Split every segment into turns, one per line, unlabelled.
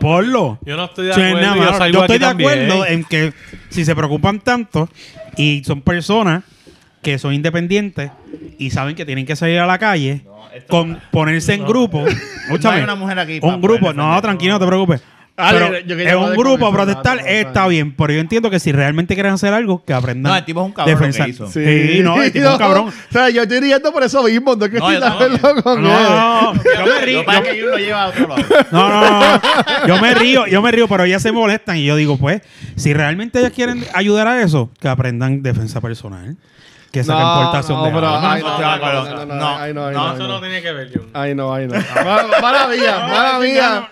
ponlo.
Yo no estoy de
Sí,
acuerdo.
nada
y
más.
yo
Yo,
salgo
estoy
aquí
de
también.
acuerdo en que si se preocupan tanto y son personas que son independientes y saben que tienen que salir a la calle con ponerse en grupo. Escúchame,
No hay una mujer aquí para
Un grupo,
poder
no,
defender.
tranquilo, no te preocupes.
Ale,
Pero
Ah, yo quería
es
joder
un
con
grupo a
eso,
protestar,
rato,
está
rato.
bien, pero yo entiendo que si realmente quieren hacer algo, que aprendan.
No, el tipo es un cabrón lo que hizo.
Sí, no, el tipo es un cabrón.
O sea, yo estoy riendo por eso mismo. No es que
No,
estoy de
yo también.
acuerdo con
No,
él.
no, no, yo me
Lo
río.
que pasa es que uno lo lleva a otro lado.
No, no, no, no. Yo me río, yo me río, pero ellas se molestan y yo digo, pues, si realmente ellas quieren ayudar a eso, que aprendan defensa personal, que saquen
No,
portación
no,
de
pero- ah,
armas.
ay, no,
no,
no,
no,
no, no,
no,
no, ay, no, ay,
No,
no, Ah.
eso no tiene que ver, Jun.
Ay, no, ay, no. Mala- Mala mía, mala mía.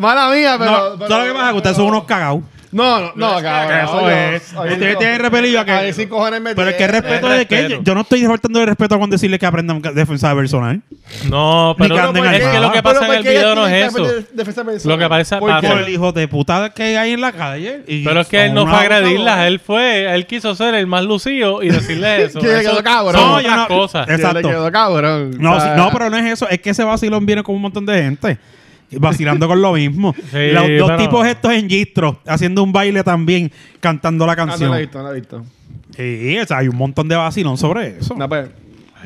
Mala mía, pero.
No,
pero-
todo
eh,
lo que pasa es que ustedes son unos cagados.
No, no, no, cabrón.
Eso
oye,
es.
oye,
Ustedes
no.
tienen repelido a
A ver
que.
si cojones me
Pero es que el
tienen.
respeto
Es
es de que
respeto.
yo, yo no estoy faltando de respeto con decirle que aprendan defensa personal.
No,
Ni
pero
que anden
es que
armados.
lo que
Ah, Pero
pasa en
¿por
el
qué ella
video no
tiene
es eso.
defensa- defensa personal?
Lo que parece-
¿Por qué?
Por el hijo de putada que hay en la calle. y
Ah, Pero es que él
son
no
unos
fue a
abusadores.
agredirlas, él fue, él quiso ser el más lucido y decirle eso.
Que le
Eso
quedó cabrón.
Son
No,
yo
otras
no-
cosas.
Que
Exacto.
Le quedó cabrón.
No,
O sea, ah,
sí, no, pero no es eso. Es que ese vacilón viene con un montón de gente. Vacilando con lo mismo.
Sí,
los los
pero-
tipos estos en Gistro, haciendo un baile también, cantando la
Ah, no
canción.
la he visto, no la he visto.
Sí, o sea, hay un montón de vacilón sobre eso.
No, pues.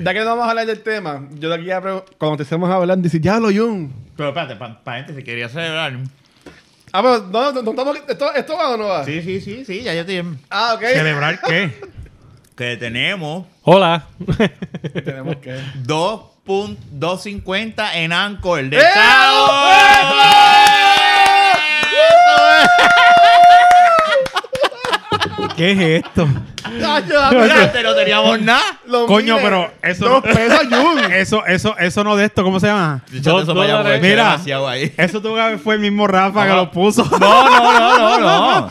Ya que no vamos a hablar del tema, yo de aquí abro. Cuando empecemos a hablar, dice, ya lo Jun.
Pero espérate, pa- paréntesis, quería celebrar.
Ah, pero no, no, no estamos. ¿Esto, esto va o no va?
Sí, sí, sí, sí, ya yo estoy. en-
Ah, ok.
¿Celebrar qué?
Que tenemos
Hola.
Tenemos que.
2.250 en Anchor de
¡Eh!
Cabo. ¡Eh!
¿Qué es esto?
Mira, te no teníamos nada.
Lo
Coño,
mire.
pero eso-
Dos pesos, Jun.
Eso, eso, eso no de esto, ¿cómo se llama?
Échate eso para allá,
dólares.
porque
Mira.
demasiado ahí.
Eso tuvo que haber- fue el mismo Rafa que
Ajá.
lo puso.
No, no, no, no, no.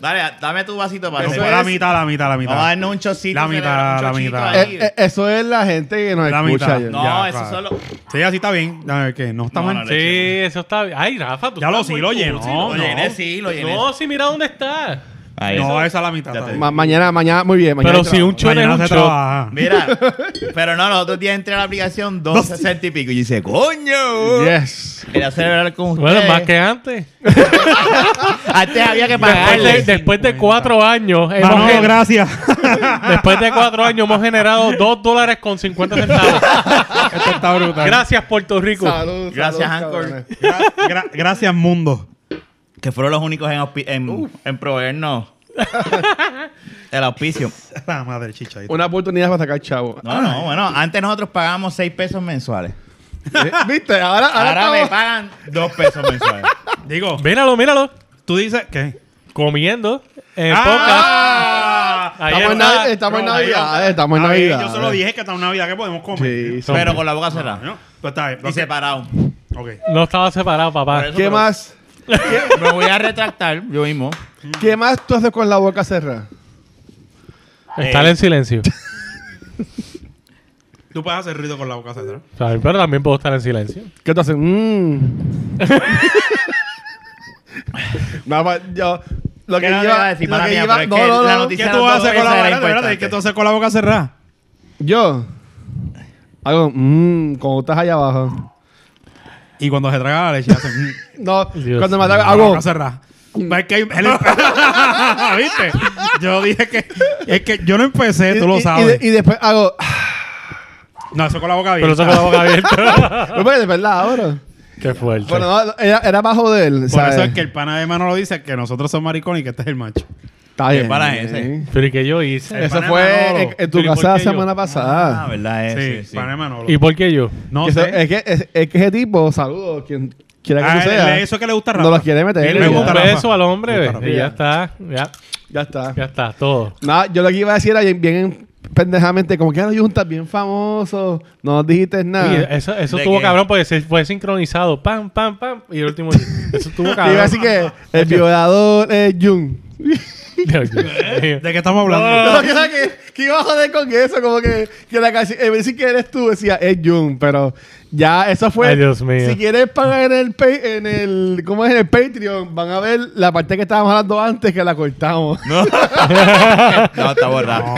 Dale, dame tu vasito para
Pero
eso.
fue la mitad, la mitad, la
Vamos a
mitad.
darnos un chocito.
La mitad,
celebra- un
la
chocito
mitad.
ahí.
Eh, eh, eso es la gente que nos
La
escucha.
mitad.
Jun.
no,
ya,
eso
claro.
solo.
Sí, así está bien. A ver, ¿qué? No está
No,
mal.
no, no.
Sí, eso está bien. Ay, Rafa, tú
Ya lo
estás
sí,
muy
lo
cursi,
llenó,
¿no?
Lo
no.
llené, sí, lo llené.
No, sí, mira dónde está.
Ahí.
no, esa es la mitad.
Ya
está
te-
bien.
Ma- mañana, mañana, muy bien. Mañana
Pero
hay
si un
trabajo.
shot es
Mañana
un
se
shot.
trabaja.
Mira, pero no, los otros días entré a la aplicación 260 y pico y dice, coño.
Yes.
Quería celebrar con ustedes.
Bueno, más que antes.
Antes había que
Después de,
pagarle.
pues.
después de cuatro años, hemos
Manolo,
gen-
gracias.
después de cuatro años hemos generado dos dólares con 50 centavos.
Esto está brutal.
Gracias, Puerto Rico.
Salud,
Gracias,
salud,
Anchor.
cabrones.
Gra- gra- gracias, mundo.
Que fueron los únicos en, auspi- en, en proveernos el auspicio.
La Ah, madre chichadita.
Una oportunidad para sacar chavo.
No, no, bueno, antes nosotros pagábamos 6 pesos mensuales.
Eh, ¿Viste? Ahora, ahora,
Ahora me
estamos-
pagan 2 pesos mensuales.
Digo,
Míralo, míralo.
tú dices que.
Comiendo en podcast. Ahí
Ah. Estamos en,
está.
Nav- estamos en
No,
Navidad.
Ah. ahí-
eh, Estamos en
A ver,
Navidad.
Yo solo dije que está en Navidad que podemos comer.
Sí, sí.
pero con la boca cerrada.
Bueno, pues está bien.
Y
ok,
separado.
ok.
No estaba separado,
Por
papá.
eso
¿Qué
me-
más?
Me voy a retractar yo mismo.
¿Qué más tú haces con la boca cerrada?
Estar en silencio.
Tú puedes hacer ruido con la boca cerrada.
¿Sabes? Pero también puedo estar en silencio.
¿Qué tú haces? Mmm. no, pa- yo. Lo que
¿Qué no le iba a
iba.
decir?
lo
Mala
que
mía,
iba-
pero es
no,
que
no,
la
no.
noticia-
¿Qué
Quédate
tú
todo,
haces con la
esa era
boca cerrada?
importante.
¿Qué tú haces con la boca cerrada?
Yo. Hago. Mmm. Cuando estás allá abajo.
Y cuando se traga la leche, hacen. mm,
No.
Dios
cuando me
mío.
con
atrevo,
la
hago. Mm.
boca cerrada. Pero es que hay- el- ¿Viste? Yo dije que. Es que yo no empecé, tú
y-
lo
y-
sabes.
Y, de- y después hago.
No, eso con la boca
Pero
abierta.
eso con la boca abierta.
Pues, pues, de verdad, ahora.
Qué fuerte.
Bueno, no, era, era bajo de él.
Por eso es que el pana de mano lo dice que nosotros somos maricones y que este es el macho.
Está bien.
pana es ese?
Pero ¿y qué yo hice?
Eso
pana de Manolo.
fue en, en tu
Pero ¿y por
casa la
qué yo?
semana pasada.
Ah, verdad es.
Sí,
Sí, sí.
pana de Manolo.
¿Y por qué yo?
No
Que eso-
sé.
es, que, es, es que ese tipo, saludos, quien quiera que
Ah,
tú
le-
seas,
le- eso que le gusta a
no
Rafa.
los quiere meter.
Le
Dile
y
que
un
ya,
gusta.
beso al hombre.
Gusta,
ve. Y ya está. Ya,
ya está.
ya está, todo.
Nada, yo lo que iba a decir era bien, bien pendejamente, como que "Ah, ahora Junta es bien famoso, no nos dijiste nada.
Oye, eso eso
¿De
estuvo
qué?
cabrón porque se fue sincronizado. Pam, pam, pam. Y el último. Eso estuvo
Te iba a
cabrón.
decir que el violador es Jun.
Dios mío.
¿De qué estamos hablando?
Lo que pasa es que, que iba a joder con eso, como que, que la canción, en vez de decir que eres tú, decía es Jun, pero ya eso fue.
Ay, Dios mío.
Si quieres pagar en el, pa- en el, ¿cómo es? En el Patreon, van a ver la parte que estábamos hablando antes que la cortamos.
No. no, está borrado.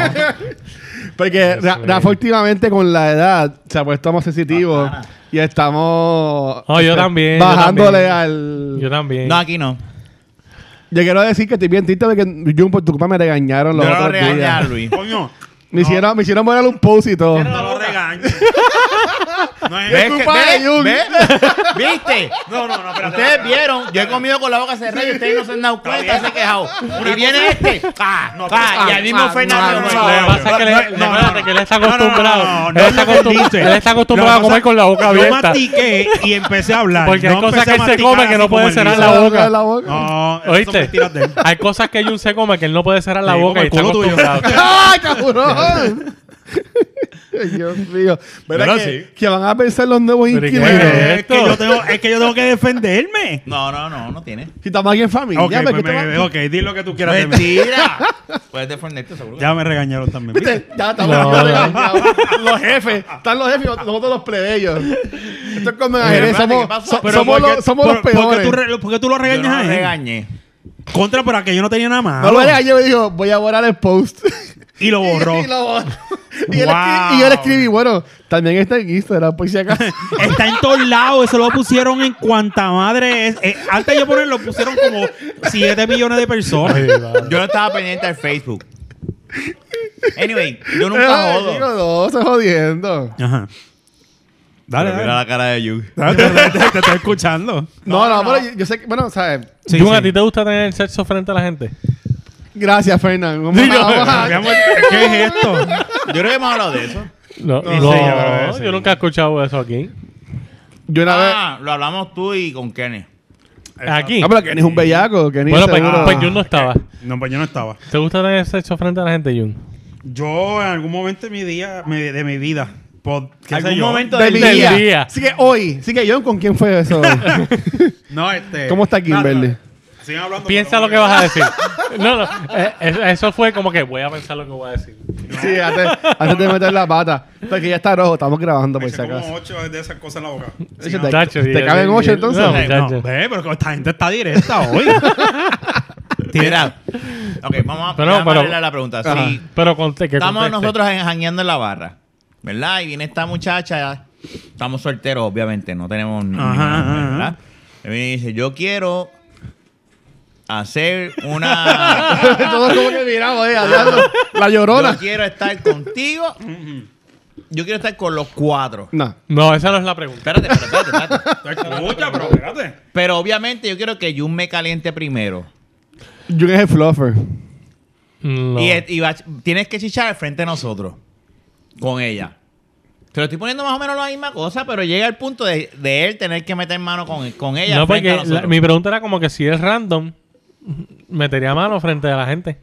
Porque Ra-
mío.
Rafa últimamente con la edad se ha puesto más sensitivo y estamos
No, yo también, yo
bajándole
también.
al...
Yo también.
No, aquí no.
Yo quiero decir que estoy bien triste de que Jun por tu culpa me regañaron los
Yo no lo
otros días.
regañé a Luis.
Coño,
Me hicieron, me hicieron poner un post y todo.
no lo regañes. No es
¿Ves que-
culpa de
ves?
Jun.
¿Ves? ¿Viste?
No, no, no, pero
Ustedes vieron, yo he comido con la boca cerrada y ustedes no se han dado cuenta, se han quejado. Y viene este. Ah,
No,
ah, y
ah,
ahí mismo
ah, no,
Fernando. no,
no,
Lo que
no,
no,
pasa es que le- le-
no,
espérate,
no.
que él está
No, no, no,
acostumbrado.
no, no, no
Él está
es lo que
acostum-
dice.
él está acostumbrado
Lo
a
que
comer
pasa-
con la boca
Yo
abierta.
mastiqué y empecé a hablar.
Porque hay
No
cosas
empecé
que
a
él se come
masticar
que
así
no puede
como él
cerrar
hizo.
la boca.
La boca.
No, esas son
¿Oíste?
mentiras de él.
Hay cosas que Jun se come que él no puede cerrar la
Sí,
boca y
como
está
el culo tuyo.
acostumbrado.
¡Ah, cabrón! Ay, Dios mío. ¿Verdad
Pero
que,
sí.
que van a pensar los nuevos
Pero ¿y qué
inquilinos?
es?
Es que, yo tengo, es que yo tengo que defenderme.
No, no, no, no tiene.
Si estamos aquí en familia.
Ok,
¿ves
pues
que
me-
estamos-
ok, di lo que tú quieras de mí.
Mentira. Puedes defenderte, seguro.
Ya me regañaron también. ¿viste?
¿Viste? Ya estamos
No, no.
ya estamos- Los jefes. Están los jefes y nosotros los plebeyos. Esto es como en ajedrez,
espérate, ¿qué
Somos,
pasó?
so-
Pero
somos,
¿por qué-
los, somos los
por- ¿por qué,
peores.
tú, re- por qué tú lo
Yo
regañas
no lo
a él?
regañé.
Contra, pero que yo no tenía nada más.
No lo veré. Yo me dijo, voy a borrar el post.
Y lo borró.
y, lo borró. Y él
Wow.
escri- y yo le escribí, bueno, también está en Instagram, por si acaso.
Está en todos lados. Eso lo pusieron en cuanta madre es. Eh, antes de yo ponerlo, lo pusieron como 7 millones de personas.
Yo no estaba pendiente al Facebook. Anyway, yo nunca
Ay, digo,
jodo.
no, se jodiendo.
Ajá. Dale,
Pero Mira
dale.
la cara de Yu.
Te, te- te estoy escuchando.
No, no,
no.
pero yo, yo sé que, bueno, sabes,
Sí,
Jun,
sí.
¿a ti te gusta tener el sexo frente a la gente?
gracias, Fernando. Vamos,
Digo,
vamos a-
Mi amor, ¿Qué es esto?
Yo creo que hemos hablado de eso.
No, no,
sí, yo creo que sí.
yo nunca he escuchado eso aquí.
Yo una vez.
Ah, lo hablamos tú y con Kenny.
Aquí.
No, Ah, pero Kenny es un bellaco. Kenny
Bueno, pues,
seguro-
pues Jun no estaba.
No, pues yo no estaba.
¿Te gusta tener sexo frente a la gente, Jun?
Yo en algún momento de mi día, mi- de mi vida, por, qué sé
Algún
yo.
momento
Del,
del
del
día.
día.
Así que hoy. Así que John, ¿con quién fue eso?
No, este.
¿Cómo está Kimberly?
Nada, sigan hablando,
Piensa
pero
lo que vas a decir. No, no. eh, eh, Eso fue como que voy a pensar lo que voy a decir.
sí, antes, antes de meter la pata. Porque ya está rojo, estamos grabando
Me
por si
eché
acaso.
como ocho de esas cosas en la boca. Sigan
Ese te-
hablando.
Muchacho, y-
caben
y-
ocho, entonces?
No,
No,
Eh, No,
muchacho.
ve, pero esta gente está directa hoy.
Mira. Ok, vamos a
Pero,
vamos a
pero-
arreglar la pregunta.
Ajá.
Si
Pero conté que
estamos
conteste.
nosotros en- jangueando en la barra, ¿verdad? Y viene esta muchacha. Estamos solteros, obviamente. No tenemos ni-
Ajá,
ninguna mujer,
ajá.
¿verdad? Y viene y dice, yo quiero hacer una...
Todos como que miramos ahí, hablando. La llorona.
Yo quiero estar contigo. Yo quiero estar con los cuatro.
No.
No, esa no es la pregunta.
Espérate, espérate, espérate, espérate.
Escucha, pero espérate.
Pero obviamente yo quiero que Jun me caliente primero.
Jun es el fluffer.
No.
Y, este y va- tienes que chichar al frente de nosotros. Con ella. Te lo estoy poniendo más o menos la misma cosa, pero llega el punto de, de él tener que meter mano con, con ella.
No,
al frente
porque
a
la-
nosotros.
mi pregunta era como que si es random, metería mano frente a la gente.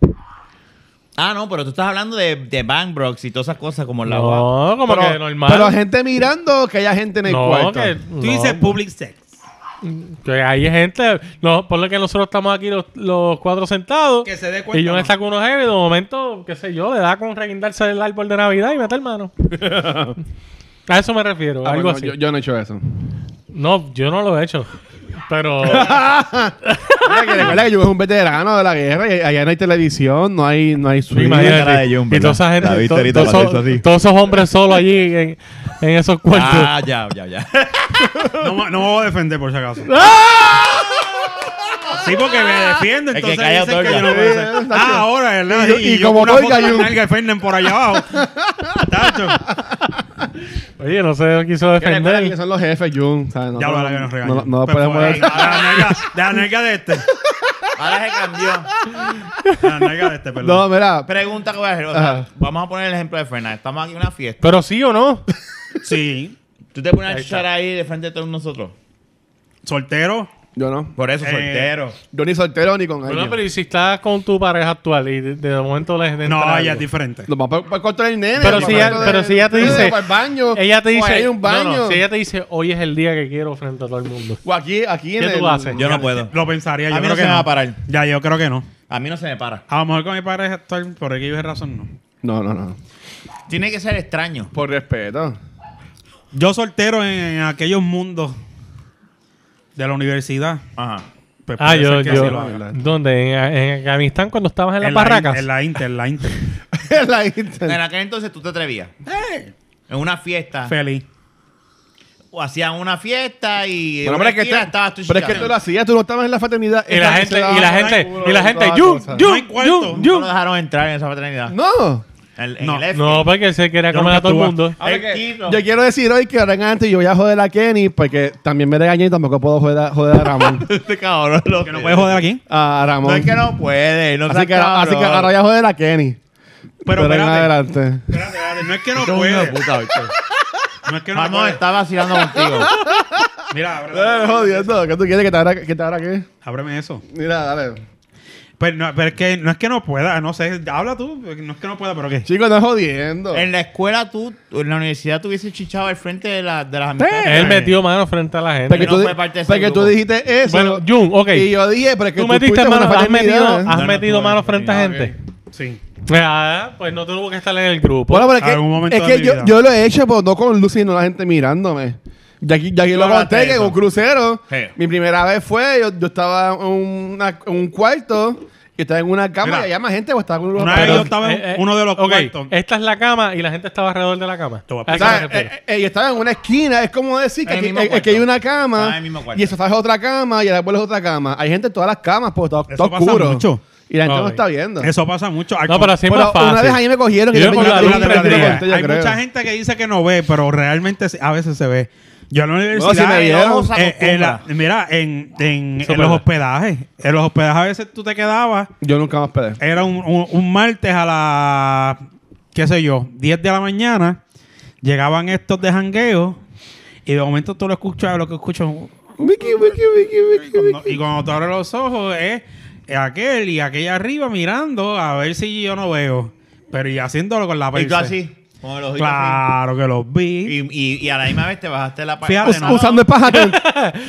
Ah, no, pero tú estás hablando de, de Bang Brox y todas esas cosas como la guapa.
No, como
pero,
que normal.
pero gente mirando que haya gente en el
no,
cuarto.
que,
Tú
no,
dices public sex.
que hay gente. No, por lo que nosotros estamos aquí los, los cuatro sentados.
Que se dé cuenta,
Y yo me
¿no?
saco unos heavy. De momento, qué sé yo, le da con reguindarse el árbol de Navidad y meter mano. a eso me refiero.
Ah,
algo
bueno,
así.
Yo, yo no he hecho eso.
No, yo no lo he hecho. Pero.
Mira, que recuerda que yo es un veterano de la guerra y allá no hay televisión, no hay, no hay swing.
Imagínate.
cara de Jun,
y toda esa gente,
¿verdad? La viste
to-
ahorita
todos,
cuando
esos-
hizo así.
todos esos hombres solos allí en, en esos cuartos.
Ah, ya, ya, ya.
No, me- no me voy a defender por si acaso. ¡Ah! Sí, porque me defiendo,
Es que
entonces
calla
dicen que
otorga.
yo no puedo hacer.
Sí, exacto.
Ah, ahora, ¿verdad?
Y-
Y,
y
yo
como
como una
otorga,
foto
hay
con
un-
Helga Fernández por allá abajo. Tacho.
Oye, no sé, quiso
Que recuerda que
defender.
son los jefes, Jun. ¿sabes? No,
Ya
no,
habla que nos regaña.
No, no
Pero
podemos
fue-
decir.
a la nalga- De la nalga de este.
Ahora se cambió.
De la nalga de este, perdón.
No, mira.
Pregunta que voy a hacer. o sea,
Ajá.
vamos a poner el ejemplo de Fernández. Estamos aquí en una fiesta.
Pero sí o no.
Sí.
Tú te pones a
Ahí está.
chichar ahí de frente de todos nosotros.
Soltero.
Yo no.
Por eso,
Eh,
soltero.
Yo ni soltero ni con
Bueno,
años.
pero y si estás con tu pareja actual y de, de momento les entra
No,
algo?
ya es diferente.
Nos vamos para el cuarto del nene.
Pero
pa'
si
el
ya-
cuarto
pero
del-
si ya te
del-
dice-
pa' el baño.
Ella te
o
dice.
ahí hay un
no, no,
baño.
si ella te dice, hoy es el día que quiero frente a todo el mundo.
O aquí, aquí en
¿Qué
el...
tú haces?
Yo no puedo.
Lo pensaría,
A
yo
mí
creo
no
que
se me
no.
va a parar.
Ya, yo creo que no.
A mí no se me para.
A lo mejor con mi pareja estoy por aquí de razón, no.
No, no, no.
Tiene que ser extraño.
Por respeto.
Yo soltero en, en aquellos mundos de la universidad.
Ajá.
pues
Ah,
puede
yo,
ser que
yo.
así lo haga.
¿Dónde? ¿En, en Afganistán cuando estabas en las
En la in-
barracas?
En la Inter, en la Inter.
la
En
internet.
aquel entonces tú te atrevías. En una
Ah.
fiesta.
Feliz.
O hacían una fiesta y. una
Bueno, pero es que,
esquina
está-
estabas tú
pero es que tú
chichando.
lo hacías, tú no estabas en la fraternidad.
Y la
Esta
gente,
se daba
y la
por
gente,
culo,
y la
todas
gente,
las
¡yum,
cosas.
yum,
No hay cuarto.
yum,
No
yum!
lo dejaron entrar en esa fraternidad.
No.
En, en
No.
el F.
No, porque él se quería
Yo
comer
nunca
a todo el
estuve-
mundo.
Ahora
Ahora
que-
que- Yo quiero decir hoy que ahora en adelante yo voy a joder a Kenny porque también me regañé y tampoco puedo joder a, joder a Ramón.
Este cabrón. lo
Que no puedes joder aquí.
A Ramón.
No es que no puede. No
así, que, ahora- así que ahora voy a joder a Kenny.
Pero
de ahora en
espérate.
adelante.
Espérate, espérate, no es que no puede. No es que no
Vamos,
puede.
Ah, está vacilando contigo.
Mira,
Eh,
ábreme,
jodiendo. ¿Qué tú quieres que te abra, que te abra qué?
ábreme eso.
Mira, dale.
Pero, no, pero es que no es que no pueda, no sé, habla tú, no es que no pueda, pero qué.
Chicos, no es jodiendo.
En la escuela tú, en la universidad tú hubieses chichado al frente de, la, de las amistades.
Él metió mano frente a la gente.
Porque,
no
tú,
fue parte de ese
porque tú
grupo.
dijiste eso.
Bueno, Jun, ok.
Y yo dije, pero es que
tú metiste
fuiste
mano,
una
has metido,
fraternidad.
has
no
metido
tuve
mano frente a gente.
Sí.
Ah, pues no tuvo que estar en el grupo.
Bueno, pero es que,
Algún momento
es
de
que
mi
yo,
vida.
yo lo he hecho, pero no con luz, sino la gente mirándome. Y aquí, y aquí
Tú
lo
hablaste
conté
de
que
eso.
con crucero.
Sí.
Mi primera vez fue, yo, yo estaba en, una- en un cuarto, y estaba en una cama
Mira,
y había más gente, o estaba con un
una
pero-
vez yo estaba en uno de los
eh, ok,
cuartos.
Esta es la cama y la gente estaba alrededor de la cama.
Te voy a
¿A qué
explicar.
me
¿sabes?
refiero?
Eh, eh, yo estaba en una esquina, es como decir que,
En el
aquí-
mismo
eh,
cuarto.
que hay una
Estaba en
cama
el mismo cuarto.
y esa es otra cama y el árbol es otra cama. Hay gente en todas las camas, porque todo,
Eso
todo
pasa
oscuro.
mucho.
Y la gente no
Ay.
está viendo.
Eso pasa mucho. Al
no,
con-
pero así es
Pero
más fácil.
una vez ahí me cogieron y
Yo
yo,
con la
yo- yo-
luz
yo- yo- yo-
prendida.
yo- yo- yo
Hay
creo.
mucha gente que dice que no ve, pero realmente se- a veces se ve. Yo en la universidad.
si me
eh,
vieron,
se
eh, en la-
acostumbra.
mira, en, en-
Eso
en
es
los
verdad.
hospedajes. En los hospedajes a veces tú te quedabas.
Yo nunca más pedí.
Era un, un- un martes a las, qué sé yo, 10 de la mañana. Llegaban estos de jangueo. Y de momento tú lo escuchas, lo que escuchas.
Wiki, wiki, wiki,
y
wiki,
cuando-
wiki.
y cuando tú abres los ojos es aquel y aquella arriba mirando a ver si yo no veo. Pero y haciéndolo con la
Y
perse.
tú así, con los ojitos así.
Claro que los vi.
Y, y, y a la misma vez te bajaste la pa-
Fíjate,
Us-
no.
pantalón
Usando el paja tent.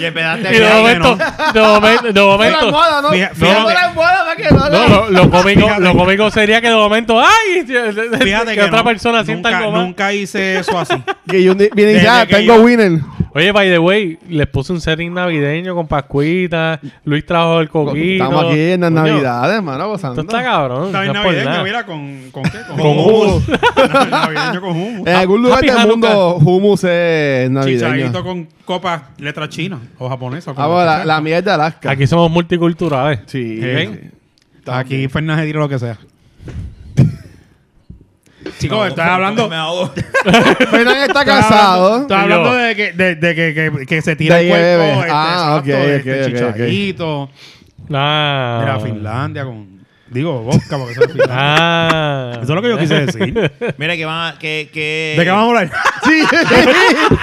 Y empezaste a
eh,
Y de
Fíjate
mirar.
que no.
momento, de momento, de
Era
momento.
almohada, ¿no?
Fíjate-
Era
fíjate-
almohada, ¿para qué? No,
No,
no.
lo, lo cómico, lo cómico sería que de momento, ¡ay!
Fíjate que,
otra
no.
persona sienta
nunca,
algo más.
nunca hice eso así.
Que yo ni- viene y
Desde
ya,
que
tengo
yo-
winner.
Oye, by the way, les puse un setting navideño con Pascuita. Luis trajo el coquito.
Estamos aquí en las
Coño,
navidades, mano,
Esto
gozando.
está cabrón.
También
no es por nada.
navideño, mira, con, con qué? Con,
Con
hummus. navideño con hummus.
En algún lugar
Happy
del
Hanukkah.
mundo, hummus es
Chicharito
navideño.
con copa letra china o japonesa. como
Vamos,
sea.
Ah, pues, la, la mierda de Alaska.
Aquí somos multiculturales.
¿Eh?
Sí.
¿Ok?
sí.
Aquí Fernández dirá lo que sea. Chicos,
No,
estás
no,
hablando...
me ahogo.
Fernan está
estás hablando-
casado.
Estás hablando
Yo.
de que, de, de que, que, que se tira
De
el
que
cuerpo. este,
bebe. Ah,
exacto,
ok,
de-
ok,
de
ok, ok.
Chicharito.
Ah.
Mira, Finlandia con... Digo, vodka, porque eso es Finlandia.
Ah.
Eso es lo que yo quise decir. ¿De
Mira que van a- que, que...
qué vamos a hablar?
Sí.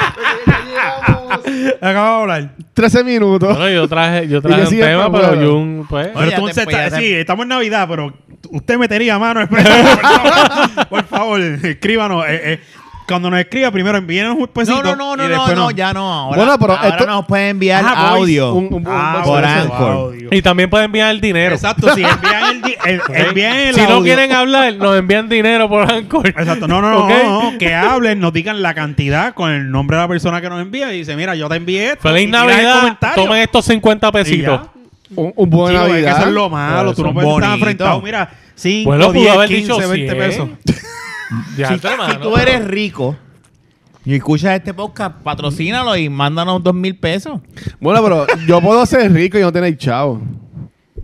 ¿De qué vamos a hablar?
13 minutos.
Bueno, yo traje, yo
Y
traje
yo
un
siempre
tema,
puedo.
pero Jun, pues.
Oye,
Pero
ya
tú
te-
se
pues, ya
está-
te-
sí, estamos en Navidad, pero t- usted metería mano. expresa, Por favor, por favor, escríbanos. eh, eh, Cuando nos escriba, primero envíenos un
No,
pesito.
no, no, no,
y
no,
después
no,
nos-
ya no. Ahora,
Bueno, pero
ahora
esto-
nos pueden enviar
Ah, voice.
audio.
Un- un-
Ah,
un-
por
bueno,
Anchor.
wow, Dios.
Y también pueden enviar el dinero.
Exacto, si envían el, di- el-
¿ok?
envían el
si no
audio.
quieren hablar, nos envían dinero por Anchor.
Exacto, no, no, no,
¿Ok?
no, no, que hablen, nos digan la cantidad con el nombre de la persona que nos envía y dice, mira, yo te envié esto.
Feliz
y tira el
Navidad.
comentario.
Tomen estos 50
Y ya.
pesitos.
Un, un buen
Chico, es que
navidad.
eso es lo malo,
Claro,
tú no
son
puedes estar
bonitos.
enfrentado, mira, 5,
Bueno, pudo
10,
haber
15,
dicho
20 pesos.
100. Ya,
Si,
está,
si
hermano.
tú eres rico y escuchas este podcast, patrocínalo y mándanos dos mil pesos.
Bueno, pero yo puedo ser rico y no tener chavo.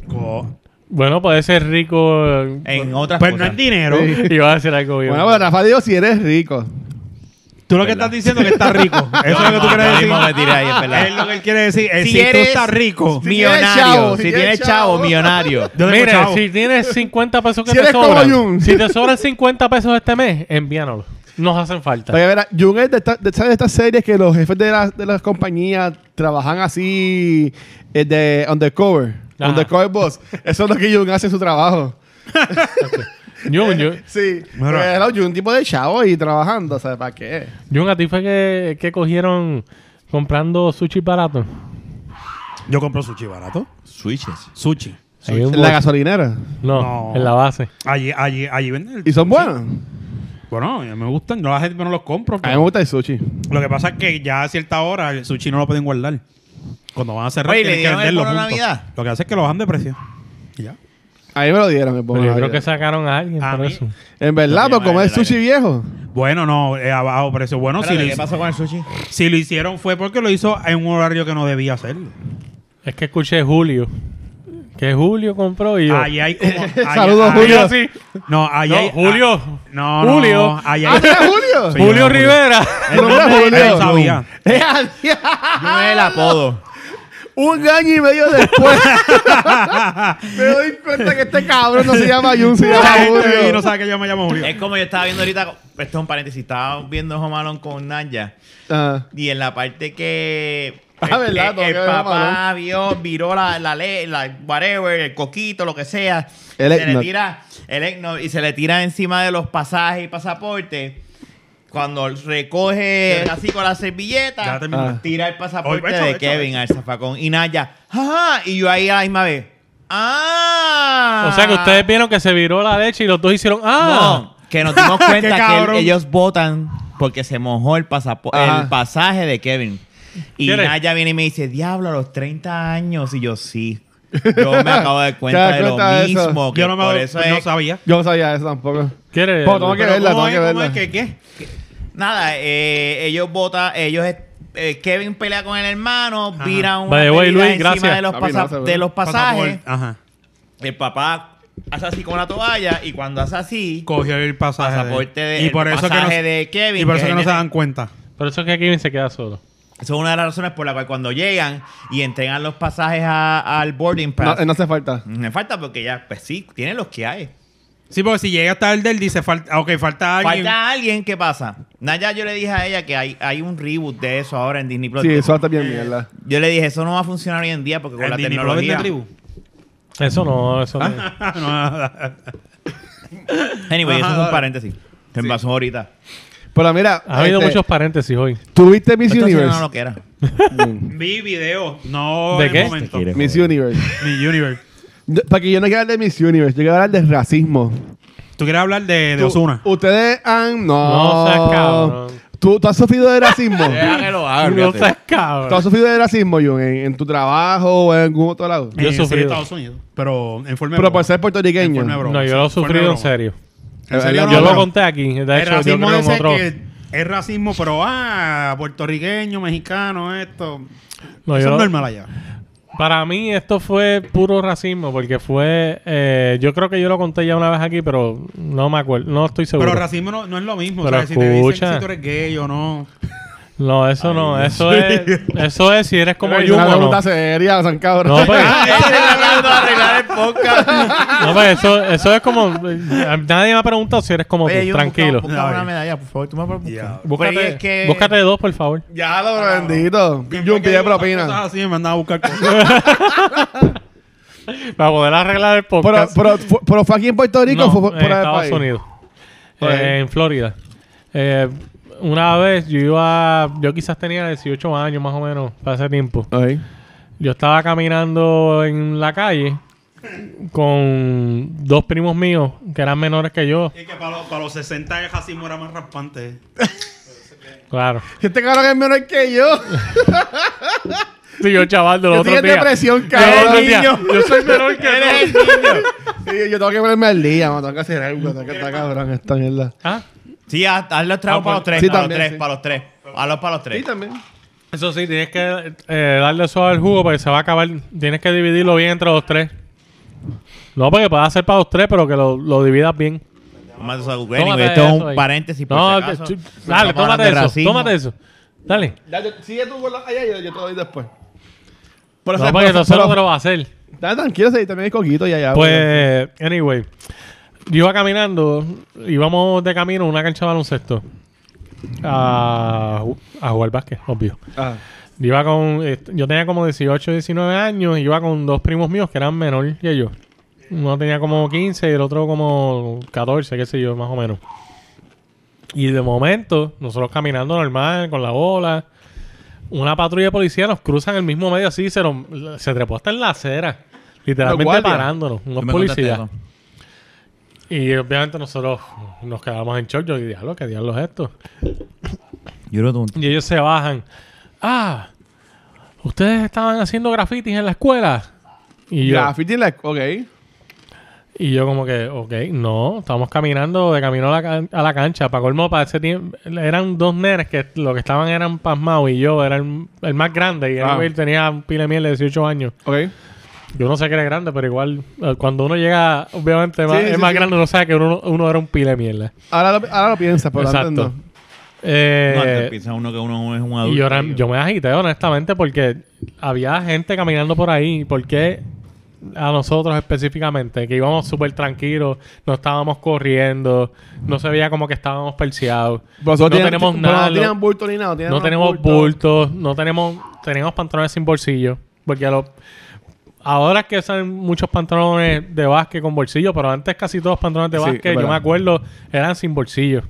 Co-
Bueno, puede ser rico. eh,
En otras
Pues no
cosas.
es dinero.
Sí.
Y vas a hacer algo bien.
Bueno, pues, pero Rafa dijo si eres rico.
Tú lo que estás diciendo es que estás rico. Eso es lo que tú
Yo
quieres decir.
mismo me tiré ahí, es verdad.
Es lo que él quiere decir. Es
Si
si,
eres-
tú estás rico.
Sí.
millonario.
tienes
si
chavo, si
tienes
tienes
chavo,
chavo.
millonario.
Yo tengo
Mire,
chavo.
si tienes 50 pesos que
Si
te
eres como
sobran,
Jun.
si te sobran 50 pesos este mes, envíanos. Nos hacen falta.
Porque, verá, Jung es de, esta- de, ¿sabes de estas series que los jefes de, las- de las compañías trabajan así eh, de undercover.
Ajá.
Undercover boss. Eso es lo que Jung hace en su trabajo.
Jun, Jun,
Sí. Eh,
Bueno.
Porque era Jung un tipo de chavo y trabajando. ¿Sabes para qué?
Jun, a ti fue que, que cogieron comprando sushi barato.
Yo compro sushi barato.
Switches.
Sushi.
Ahí en
En la
Bol-
gasolinera.
no,
No.
en la base.
Allí, allí, allí venden. el-
Y son buenas.
Bueno, a mí me gustan. No, la gente no los compro.
A mí me gusta el sushi.
Lo que pasa es que ya a cierta hora el sushi no lo pueden guardar. Cuando van a cerrar,
Oye, ¿le
tienen que
dieron el
venderlo.
bono
punto.
Navidad?
Lo que hace es que lo bajan de precio. Y ya.
A mí me lo dieron. el bono
Pero yo
de
creo que
Navidad.
sacaron a alguien
A
por
mí-
eso.
En verdad,
Lo
pues como
llaman
es
en el
sushi viejo.
Bueno, no, eh, a bajo precio. Bueno, si lo,
Espérate, ¿Qué
hizo-
pasó con el sushi?
si lo hicieron fue porque lo hizo en un horario que no debía hacerlo.
Es que escuché Julio. Que Julio compró y yo.
Allí hay como. allá-
Saludos,
allá-
Y yo
Julio.
así,
No, allí
No,
hay-
Julio.
ah, no, no.
Julio.
allá
¡Ah,
hay-
mira,
Sí.
Julio!
Julio
Julio.
Rivera.
El nombre
Yo
es
no
Julio.
sabía.
¡Eh, adiós!
Yo el apodo.
Un año y medio después. me doy cuenta que este cabrón no se llama Jun, se
La
llama
gente aquí no
Julio.
sabe que yo me llamo Julio.
Es como yo estaba viendo ahorita, esto es un paréntesis, estaba viendo Home Alone con Nanya
Ah.
y en la parte que
Ah,
el,
¿verdad?
el-
Tengo
el
que ver Home
papá vio, viró la, la ley, la whatever, el coquito, lo que sea,
El
se le
eggnog.
tira el eggnog y se le tira encima de los pasajes y pasaportes. Cuando recoge así con la
Ya
servilleta,
Ah.
terminaste.
tira el pasaporte
Oye, hecho,
de
hecho,
Kevin al zafacón y Naya, ¡ajá! Y yo ahí a la misma vez, ¡ah!
O sea que ustedes vieron que se viró la leche y los dos hicieron. ¡Ah!
No, que nos dimos
Qué
cuenta que él-
cabrón.
ellos votan porque se mojó el, pasapo-
Ajá.
el pasaje de Kevin. Y
¿Quieres?
Naya viene y me dice, diablo, a los 30 años. Y yo, sí. Yo me acabo de dar cuenta
das
de lo
cuenta de eso?
mismo. que
Yo no me
por
doy-
eso
no
es-
sabía.
Yo no sabía eso tampoco.
¿Quieres?
Pues, tengo que
Pero
verla,
¿cómo
tengo
es?
que
¿Cómo
verla.
es? ¿Qué- qué?
Nada, eh, ellos votan, ellos... eh, Kevin pelea con el hermano,
Ajá.
vira una
By the way,
película
Luis,
encima
gracias.
de los,
Papi, no,
pasa-
seguro.
de los pasajes.
Pasaporte. Ajá.
El papá hace así con la toalla y cuando hace así,
Cogió el pasaje. de-
pasaporte de,
y por
el
eso que no,
pasaje de Kevin.
y por eso
es
que
el
no se
nene-
dan cuenta.
Por eso es que Kevin se queda solo.
Esa es una de las razones por la cual cuando llegan y entregan los pasajes a- al boarding
No, eh,
pass.
no hace falta.
Me falta porque ya, pues sí, tienen los que hay.
Sí, porque si llega tarde, él dice, falta, ah, ok, falta alguien.
Falta alguien, ¿qué pasa? Naya, yo le dije a ella que hay, hay un reboot de eso ahora en Disney Plus.
Sí, eso está bien mierda.
Yo le dije, eso no va a funcionar hoy en día porque con
El
la
Disney Plus
tecnología.
de tribu.
Eso no, eso no.
No,
Anyway,
Ajá,
eso es un
dale.
paréntesis. Se me pasó ahorita.
Pero mira,
Ha habido
este,
muchos paréntesis hoy.
¿tuviste Miss
Esto sí no
Universe?
lo que era.
Vi video, no
¿De
el
qué?
momento.
Te quiero.
Miss Universe.
Mi Universe.
Yo- Para que yo no quiero hablar de Miss Universe, yo quiero hablar de racismo.
¿Tú quieres hablar de, de
Tú-
Osuna?
Ustedes han.
No
No.
seas cabrón.
¿Tú, tú has sufrido de racismo.
Deja que lo haga,
No
olvídate.
seas
¿Tú has
cabrón.
sufrido de racismo, Jun, en, en tu trabajo o en algún otro lado?
Yo he
Eh, sí,
sufrido.
Estados Unidos, pero en forma de
Pero
broma.
por ser puertorriqueño.
En forma de broma.
No, yo lo he
Forma de
sufrido en
broma.
serio.
¿En serio?
Yo
Yo lo
bueno.
conté aquí. De
El
hecho, yo
racismo
creo en
ese
otro.
que es racismo, pero ah, puertorriqueño, mexicano, esto.
No,
eso
yo-
es normal allá.
Para mí esto fue puro racismo porque fue... eh, yo creo que yo lo conté ya una vez aquí, pero no me acuerdo. No estoy seguro.
Pero racismo no, no es lo mismo.
Pero
o sea, si te dicen
escucha.
si tú eres gay o no.
No, eso no. Eso es... Eso es si eres como
Una
Jung o no.
pregunta seria, San Cabrón.
No, pues,
Ah, estoy tratando de arreglar el podcast.
no, pues, eso, eso es como... eh, Nadie me ha preguntado si eres como
pues,
Oye,
tú.
yo
Tranquilo.
buscaba- buscaba una medalla, por favor. Tú me puedes buscar. Pero
Búscate,
es que-
búscate dos, por favor.
Ya lo bendito. Jun pide propina.
Así me andaba a buscar cosas.
Para poder arreglar el
Pero,
podcast.
pero, fu- pero fue aquí en Puerto Rico o
No,
fue fu-
en
fuera del
Estados
país.
Unidos.
Por
Eh,
ahí.
en Florida. Eh, una vez yo iba, yo quizás tenía 18 años más o menos, para ese tiempo.
Ok.
Yo estaba caminando en la calle con dos primos míos que eran menores que yo.
Es que para los, para los 60 el racismo era más raspante.
Claro.
Si Este cabrón es menor que yo.
Y yo chaval de los
Yo
otros
estoy en
días.
depresión,
Yo los otros
cabrón.
días, Yo soy menor que él.
Sí, yo tengo que ponerme al día, mano. Tengo que hacer algo. Tengo que estar cabrón esta mierda.
Ah,
Sí, haz, haz los tragos
Ah,
para
pues,
los tres.
sí,
para
también,
los tres,
sí.
para los tres. Hazlos para los
Sí,
tres.
también.
Eso sí, tienes que eh, darle eso al jugo porque se va a acabar. Tienes que dividirlo bien entre los tres. No, porque puedes hacer para los tres, pero que lo, lo dividas bien.
Más o menos,
Tómate
anyway, esto es
eso
un
ahí.
paréntesis. por
No,
si acaso.
que-
Estamos
dale,
hablando
tómate
de
eso.
racismo.
Tómate eso. Dale.
Ya, yo- sigue tú con la. Allá, yo, yo te doy después.
Por eso-
No, porque
por
no
eso-
solo te lo va a hacer.
Dale, tranquilo, sí, también hay coquito y allá.
Pues, anyway. Yo iba caminando, íbamos de camino a una cancha de baloncesto. A, a jugar básquet, obvio.
Ah.
Yo iba con. eh, Yo tenía como 18, 19 años y iba con dos primos míos que eran menor que yo. Uno tenía como 15 y el otro como 14, qué sé yo, más o menos. Y de momento, nosotros caminando normal, con la bola, una patrulla de policía nos cruzan el mismo medio así, se, nos- se trepó hasta en la acera. Literalmente
Los guardias.
parándonos, unos
Tú me contaste
policías.
eso.
Y obviamente nosotros nos quedamos en shock. Yo dije, diablo, ¿qué diablo es esto?
Yo creo que tú-
Y ellos se bajan. Ah, ustedes estaban haciendo grafitis en la escuela. Y yo,
Graffiti en la... Ok.
y yo como que, ok, no, estábamos caminando de camino a la, can- a la cancha. Para colmo, para ese tiempo, eran dos nenes que lo que estaban eran pasmados y yo era el, el más grande. Y
Ah.
él tenía un pile de miel de 18 años.
Ok.
Yo no sé que era grande, pero igual eh, cuando uno llega, obviamente más-
Sí,
es
sí,
más
sí.
grande, uno sabe que uno, uno era un pile de mierda.
Ahora lo, ahora lo piensas, pero antes
Exacto.
no.
Eh,
No, antes piensa uno que uno es un adulto.
y yo, era- yo me agité, honestamente, porque había gente caminando por ahí. ¿Por qué a nosotros específicamente? Que íbamos súper tranquilos, no estábamos corriendo, no se veía como que estábamos perseados.
Pero
no
nosotros tenían-
tenemos
pero
nada.
No
lo-
tenían bulto ni nada. tenían
no
unos
tenemos bultos, no tenemos, tenemos pantalones sin bolsillo, porque a lo- ahora es que salen muchos pantalones de básquet con bolsillo, pero antes casi todos los pantalones de
Sí,
básquet,
es
yo
verdad.
me acuerdo, eran sin bolsillo.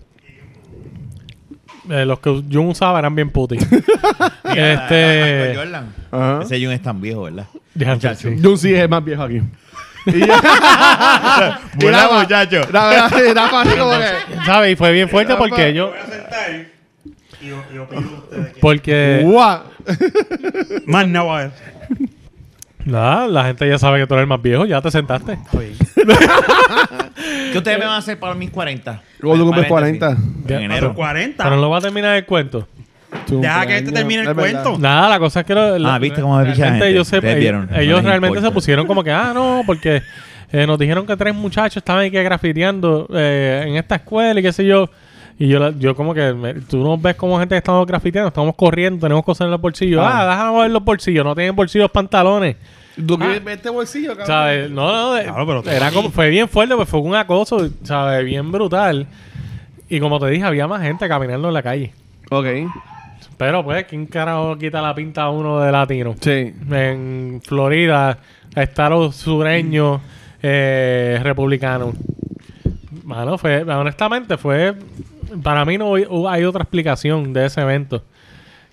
Eh, los que yo usaba eran bien Este, putis.
Ah, Michael
este,
Jordan.
Ajá.
Ese Jun es tan viejo, ¿verdad?
Ya, sí.
Jun sí es el más viejo aquí. Y yo- y
Buena,
Rafa-
muchacho.
Rafa- Rafa así como que-
¿Sabes? Y fue bien fuerte porque yo,
a sentar y, y opino ustedes.
porque
Guau.
Más nada va a ver.
nada, la gente ya sabe que tú eres el más viejo, ya te sentaste.
¿Qué ustedes me van a hacer para mis 40?
Luego tú cumples
Paréntesis.
40.
Ya,
En enero.
40.
Pero no va a terminar el cuento.
Deja que este termine el
Es verdad.
cuento.
Nada, la cosa es que lo- lo-
Ah, ¿viste cómo me picha
realmente
gente?
ellos, se-
Ustedes vieron, no
ellos
les
realmente
importa.
se pusieron como que, ah, no, porque eh, nos dijeron que tres muchachos estaban aquí grafiteando eh, en esta escuela y qué sé yo. Y yo, la- yo como que, me- tú nos ves como gente que estamos grafiteando, estamos corriendo, tenemos cosas en los bolsillos. Ah,
Ah.
déjanos ver los bolsillos, no tienen bolsillos pantalones.
¿Tú quieres ver este bolsillo, cabrón?
Ah. ¿Sabes? No, no, de-
Claro, pero tú-
era como, fue bien fuerte, pues fue un acoso, ¿sabes? Bien brutal. Y como te dije, había más gente caminando en la calle.
Ok.
Pero pues, ¿quién carajo quita la pinta a uno de latino?
Sí.
en Florida, estado sureño, eh, republicano. Mano, fue, honestamente, fue. Para mí no hay- hay otra explicación de ese evento.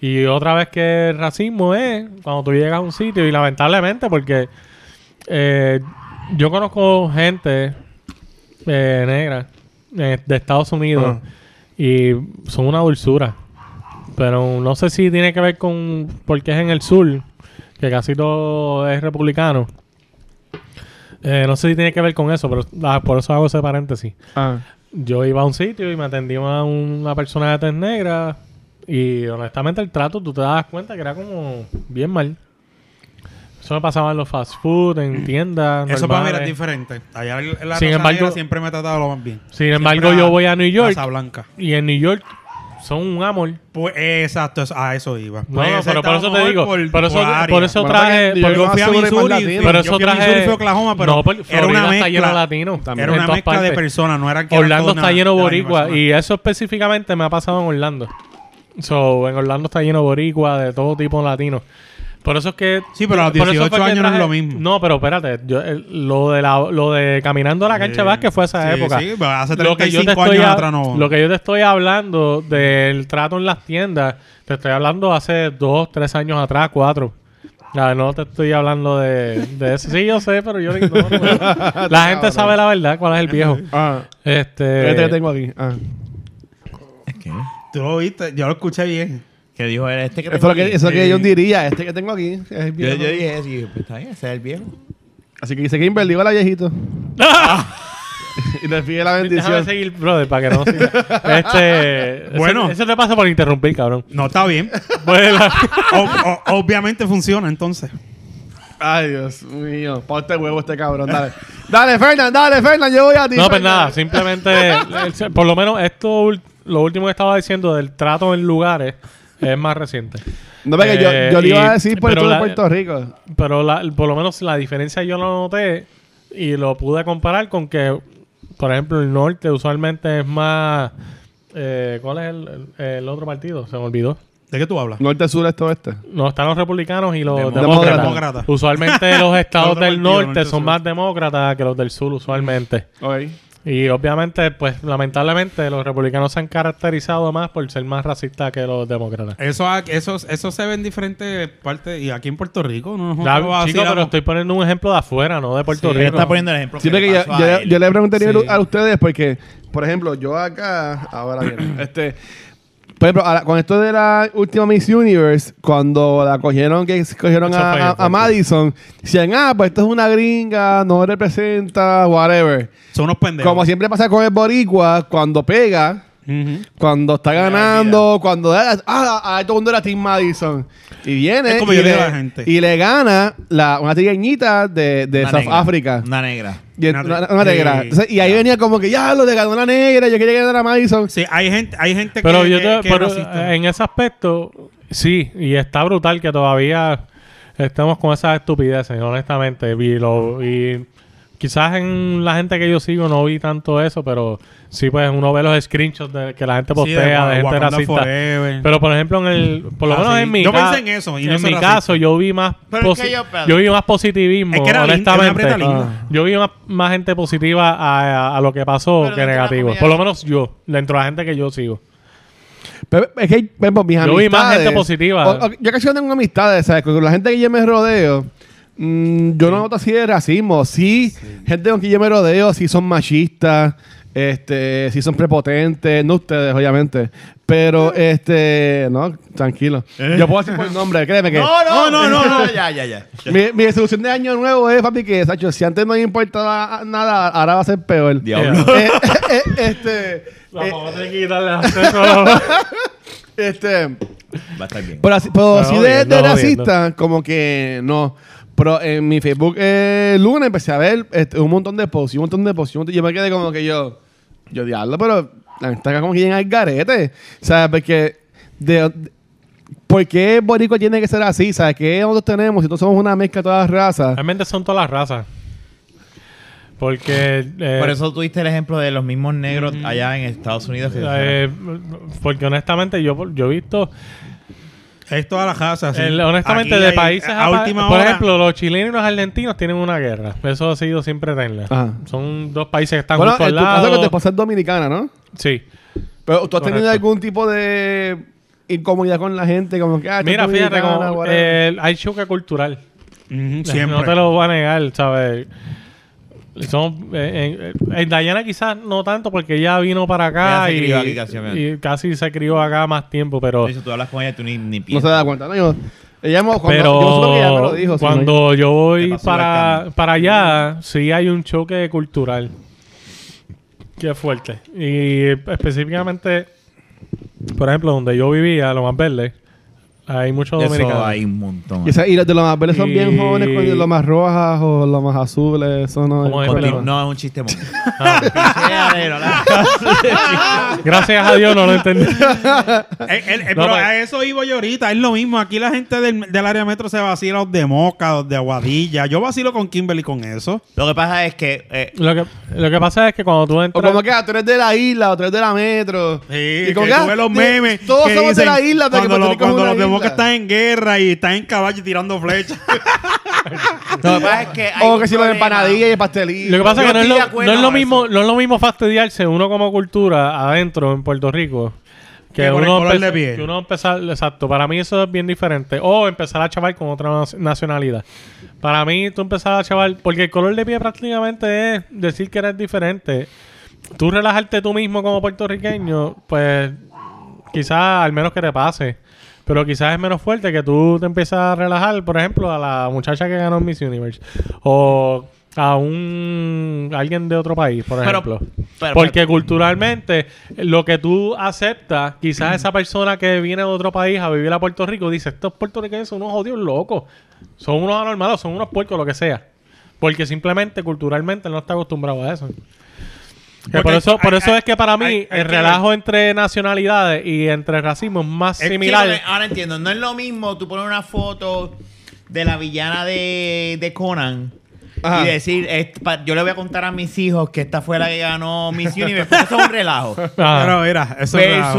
Y otra vez que el racismo es cuando tú llegas a un sitio, y lamentablemente, porque eh, yo conozco gente eh, negra eh, de Estados Unidos y son una dulzura. Pero no sé si tiene que ver con porque es en el sur, que casi todo es republicano. Eh, no sé si tiene que ver con eso, pero ah, por eso hago ese paréntesis.
Ah.
Yo iba a un sitio y me atendía una, una persona de tez negra y honestamente el trato tú te das cuenta que era como bien mal. Eso me pasaba en los fast food, en tiendas.
Mm. Eso para mí era
normales.
diferente. Allá el- la
Sin
raza
embargo-
negra siempre me ha tratado lo más bien.
Sin embargo, yo voy a New York
Casa Blanca.
y en New York son un amor.
Pues exacto, eso- a eso iba.
No,
Puede
no,
ser
pero por
que a lo
eso te
mejor
digo.
por-
por eso,
por área.
por eso
Bueno,
traje.
porque
por-
Yo fui a
Seguro que
Missouri,
más latino.
yo
pero eso
fui a
traje.
Missouri, fui a Oklahoma, pero
no, por-
era
Florida
una
está lleno de
mezcla.
latinos.
Era
en
una
todas
mezcla de
partes.
personas, no eran que eran
Orlando
todos
está
na-
lleno de
la misma
boricua
persona.
y eso específicamente me ha pasado en Orlando. So, en Orlando está lleno de boricua, de todo tipo de latinos. Por eso es que...
Sí, pero a los
por eso fue
18
que
años no es lo mismo.
No, pero espérate. yo, el- lo, de la- lo de caminando a la cancha de
Sí.
básquet fue esa
Sí,
época.
sí, pero hace
lo que yo te
35
estoy
años
a-
atrás no.
Lo que yo te estoy hablando del trato en las tiendas, te estoy hablando hace dos, tres años atrás, cuatro. Ya, no te estoy hablando de, de eso. Sí, yo sé, pero yo lo ignoro. la gente sabe la verdad cuál es el viejo.
Ah.
Este.
Este que tengo aquí. Ah.
¿Qué?
Tú lo viste, yo lo escuché bien.
¿Qué dijo él? Este que
Eso es
tengo
lo que,
aquí.
eso es lo que
Sí.
yo diría. Este que tengo aquí. es el
Yo,
viejo.
yo dije eso y dije, pues está bien, ese es el viejo.
Así que dice que invertió a la viejito. y le pide la
Ah, Déjame
bendición.
seguir, brother, para que no siga. Este.
Bueno.
Eso, eso te pasa por interrumpir, cabrón. Pues,
No está bien.
Bueno,
O- o- obviamente funciona entonces.
Ay, Dios mío. Ponte huevo este cabrón. Dale. Dale, Fernan, dale, Fernan. Yo voy a ti.
no, pues
Fernan.
nada, simplemente. el- por lo menos esto, ul- lo último que estaba diciendo del trato en lugares es más reciente.
No, porque yo,
Eh,
yo le iba
y-
a decir por
pero
esto de
la-
Puerto Rico.
Pero la- por lo menos la diferencia yo lo noté y lo pude comparar con que, por ejemplo, el norte usualmente es más... eh, ¿Cuál es el, el- el otro partido? Se me olvidó.
¿De qué tú hablas?
Norte, sur, este, oeste.
No, están los republicanos y los
Demócratas.
demócratas.
Demócratas.
Usualmente los estados
Otro
del
partido,
norte
norte,
son
sur.
más demócratas que los del sur usualmente.
Ok.
Y obviamente, pues lamentablemente, los republicanos se han caracterizado más por ser más racistas que los demócratas.
Eso, ha- eso, eso se ve en diferentes partes. Y aquí en Puerto Rico, no nos
Ya,
vamos a
chico,
vacilar.
pero estoy poniendo un ejemplo de afuera, no de Puerto
Él
Rico.
está poniendo el ejemplo.
Sí,
que
porque
le
yo,
pasó
yo
a
le-
él.
yo le pregunté
Sí.
a ustedes porque, por ejemplo, yo acá, ahora bien, este, por ejemplo, ahora, con esto de la última Miss Universe, cuando la cogieron, que cogieron
Eso
a,
fue,
a-
fue,
a
fue.
Madison, decían, ah, pues esto es una gringa, no representa, whatever.
Son unos pendejos.
Como siempre pasa con el boricua, cuando pega,
Ujú.
cuando está
la
ganando, cuando ah, ah, ah, todo el mundo era Team Madison. Y viene
Es como
y,
yo digo
le,
a la gente.
y le gana la, una trigueñita de, de
Una
South
negra.
Africa.
Una negra.
Y
Una
una,
negra.
una negra.
Sí.
Entonces, y ahí venía como que ya lo le ganó la negra, yo quería ganar a Madison.
Sí, hay gente, hay gente
Pero
que,
yo
que-
te-
que es
pero,
racista.
eh, en ese aspecto, sí, y está brutal que todavía estemos con esas estupideces, honestamente. Y, lo- y quizás en la gente que yo sigo no vi tanto eso, pero sí, pues uno ve los screenshots de, que la gente
Sí, de
postea de, gente
Wakanda
racista.
Forever.
Pero por ejemplo, en el, por lo
Ah,
menos
sí.
en mi
Yo
ca-
pensé en eso, y no
en
soy
mi
racista.
caso, yo vi más
Pero es que
posi-
yo-
yo, vi más positivismo,
Es que era linda, era una
honestamente.
preta linda.
Ah. Yo vi más, más gente positiva a, a- a lo que pasó
Pero
que
dentro de la
negativo.
comunidad-
Por lo menos yo, dentro de la gente que yo sigo.
Pero es que, por ejemplo, mis
Yo vi
amistades.
más gente positiva.
o- o- yo casi no tengo amistades, ¿sabes? Con la gente que yo me rodeo, mm, yo no noto así de racismo. Sí, gente con quien yo me rodeo, sí son machistas, este, sí son prepotentes, no ustedes, obviamente. Pero, este, no, tranquilo. Yo puedo decir por nombre, créeme que.
No, no,
No, no, no, no.
ya, ya, ya.
Mi, mi resolución de año nuevo es, papi, que Sacho, si antes no me importaba nada, ahora va a ser peor.
Diablo.
Eh, eh, eh, este, eh, este,
Va a estar bien.
pero así, pero
No,
así de,
jodiendo,
de
no,
racista, como que no. Pero en mi Facebook eh, lunes empecé a ver este, un montón de posts, y un montón de posts. y un montón- yo me quedé como que yo, yo diablo, pero la gente está como que llena el garete. ¿Sabes? Porque de, de- ¿por qué Boricua tiene que ser así? ¿Sabes? ¿Qué nosotros tenemos? Si nosotros somos una mezcla de todas las razas.
Realmente son todas las razas. Porque. eh,
Por eso tuviste el ejemplo de los mismos negros allá en Estados Unidos. que-
eh, porque honestamente yo, yo he visto.
Es toda la raza. sí.
el- honestamente,
Aquí
de
hay-
países.
A,
apa-
última
por
hora.
ejemplo, los chilenos y los argentinos tienen una guerra. Eso ha sido siempre tenerla.
Ajá.
Son dos países que están
bueno, eh,
justo al
en tu caso que tu
lado.
esposa es dominicana, ¿no?
Sí.
Pero tú has tenido
Correcto.
algún tipo de incomodidad con la gente, como que, ah, tú
Mira,
eres
fíjate,
dominicana,
como, eh,
whatever.
el- hay choque cultural.
Ujú, siempre.
No te lo voy a negar, ¿sabes? Son, eh, en, en Dayana quizás no tanto porque ella vino para acá
Ella se
y,
crió aquí casi, obviamente.
y casi se crió acá más tiempo, pero,
De hecho, tú hablas con ella y tú ni, ni
no se
piensas.
da cuenta, ¿no? Yo, ella me, cuando,
pero
yo supongo que ella me lo dijo. si no,
cuando
yo-
yo
Te
voy
pasó la
para,
cama.
para allá, sí hay un choque cultural. Qué fuerte. Y específicamente, por ejemplo, donde yo vivía, lo más verde, hay muchos
Eso
dominicanos.
hay un montón.
y, esa- y los de los más verdes son bien
Y-
jóvenes, con los más rojas o los más azules, eso no
¿Cómo
es
es,
problema.
perdón?
No, es un chiste mono.
Ah,
Picheadero, la-
gracias a Dios no lo entendí.
Eh, él- eh,
No,
pero
pues-
a eso iba yo ahorita, es lo mismo. Aquí la gente del, del área metro se vacila los de Moca, los de Aguadilla. Yo vacilo con Kimberly con eso.
Lo que pasa es que eh,
Lo que, lo que pasa es que cuando tú
O
entras...
como que ah, tú eres de la isla, o tú eres de la metro.
Sí,
como
que
ah,
tú ves los
de-
memes.
Todos
que
somos de
dicen
la isla, pero que
Cuando,
Puerto
los-
Rico es
cuando
una
los de Moca
isla.
están en guerra y están en caballo y tirando flechas.
lo que pasa es que hay
O
un
que si los
problema.
empanadillas y pastelillos.
Lo que pasa es
Yo
que no es
estoy
lo,
de acuerdo
no es lo
con
mismo, no es lo mismo fastidiarse uno como cultura adentro en Puerto Rico que
Que por el
uno,
color
empe-
de piel.
que uno empezar, exacto, para mí eso es bien diferente. O empezar a chaval con otra nas- nacionalidad. Para mí tú empezar a chaval, porque el color de piel prácticamente es decir que eres diferente. Tú relajarte tú mismo como puertorriqueño, pues quizás al menos que te pase. Pero quizás es menos fuerte que tú te empiezas a relajar, por ejemplo, a la muchacha que ganó Miss Universe. O a un alguien de otro país, por
Pero-
ejemplo.
pero-
Porque culturalmente lo que tú aceptas, quizás esa persona que viene de otro país a vivir a Puerto Rico dice, estos puertorriqueños son unos odios locos, son unos anormados, son unos puercos, lo que sea. Porque simplemente culturalmente no está acostumbrado a eso. Que
Porque
por
hay-
eso, por
hay-
eso
hay-
es que para mí
hay- hay
el
que ver.
relajo entre nacionalidades y entre racismo es más
Es que
similar.
no- ahora entiendo, no es lo mismo tú poner una foto de la villana de, de Conan
Ajá.
y decir, es pa- yo le voy a contar a mis hijos que esta fue la que ganó Miss Universe. porque Eso es un relajo.
Ah,
Pero mira, eso es un relajo.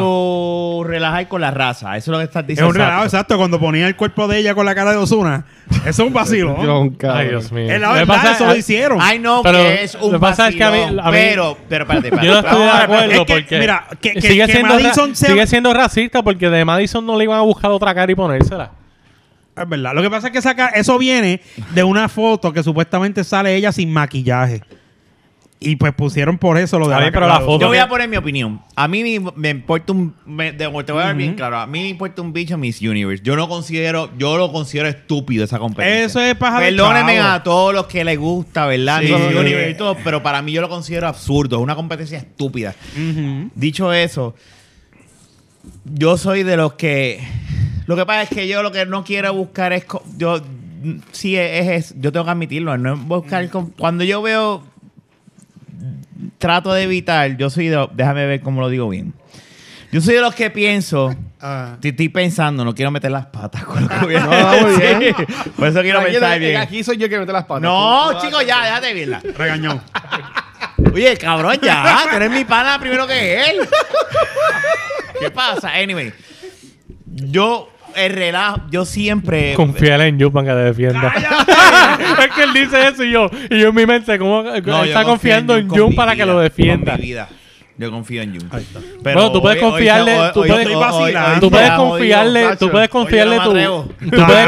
Versus relajar con la raza. Eso es lo que estás
Es
diciendo.
un relajo, exacto. Cuando ponía el cuerpo de ella con la cara de Osuna, eso es un vacilo.
John, cabrón.
ay, Dios mío.
Es
Lo
la
que
verdad,
pasa-
eso lo hicieron.
Ay, no,
Pero
que es
lo
un
que pasa es que a mí-
vacilón.
a mí-
pero, pero, espérate, espérate.
Yo no estoy de
Vamos a-
acuerdo
es que,
porque
mira, que- que-
sigue,
que
siendo ra-
Madison sea-
sigue siendo racista porque de Madison no le iban a buscar otra cara y ponérsela.
Es verdad. Lo que pasa es que saca, eso viene de una foto que supuestamente sale ella sin maquillaje. Y pues pusieron por eso lo de
Está bien, pero la foto-
Yo voy
Ok.
a poner mi opinión. A mí me, me importa un. me- de- te voy a dar bien claro. A mí me importa un bicho Miss Universe. Yo no considero. Yo lo considero estúpido esa competencia.
Eso es paja de
Perdónenme
chavo.
a todos los que les gusta, ¿verdad?
Sí.
Miss Universe y todo. Pero para mí yo lo considero absurdo. Es una competencia estúpida.
Ujú.
Dicho eso, yo soy de los que. Lo que pasa es que yo lo que no quiero buscar es. co- Yo. mm, Sí, es, es- Yo tengo que admitirlo. No es buscar. con- Cuando yo veo. Trato de evitar. Yo soy de. Déjame ver cómo lo digo bien. Yo soy de los que pienso.
Ah.
Te estoy pensando, no quiero meter las patas con lo que voy a
No, muy
decir.
bien.
Por eso quiero
Aquí-
pensar bien.
Aquí soy yo que mete las patas.
No, chicos, ya, déjate bien.
Regañón.
Oye, cabrón, ya. Tú eres mi pana primero que él. ¿Qué pasa? Anyway. Yo, el relajo, yo siempre.
Confía en Yupan que te defienda. es que él dice eso y yo, y yo en mi mente, ¿cómo
No,
está
yo confío
confiando en
con
Jun
mi
para
vida,
que lo defienda?
con mi vida. Yo confío en Jun.
Bueno, tú puedes confiarle- tú puedes-
Estoy vacilando.
Tú puedes
te amo,
confiarle,
Dios,
tú puedes
macho.
confiarle
Oye,
tu.
yo no me
tú puedes-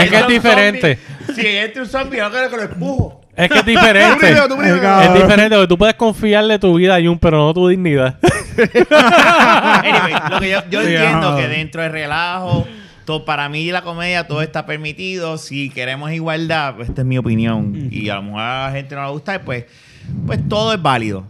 es que es diferente.
Si este es un zombie, yo creo que lo empujo.
Es que es
Tú
diferente.
primero, tú primero.
El cabrón.
Es diferente, porque tú puedes confiarle tu vida a Jun, pero no tu dignidad.
Anyway, lo que yo, yo
Sí,
entiendo
ajá.
que dentro del relajo, todo, para mí la comedia todo está permitido. Si queremos igualdad, pues, esta es mi opinión. Y a lo mejor a la gente no le gusta, pues, pues todo es válido.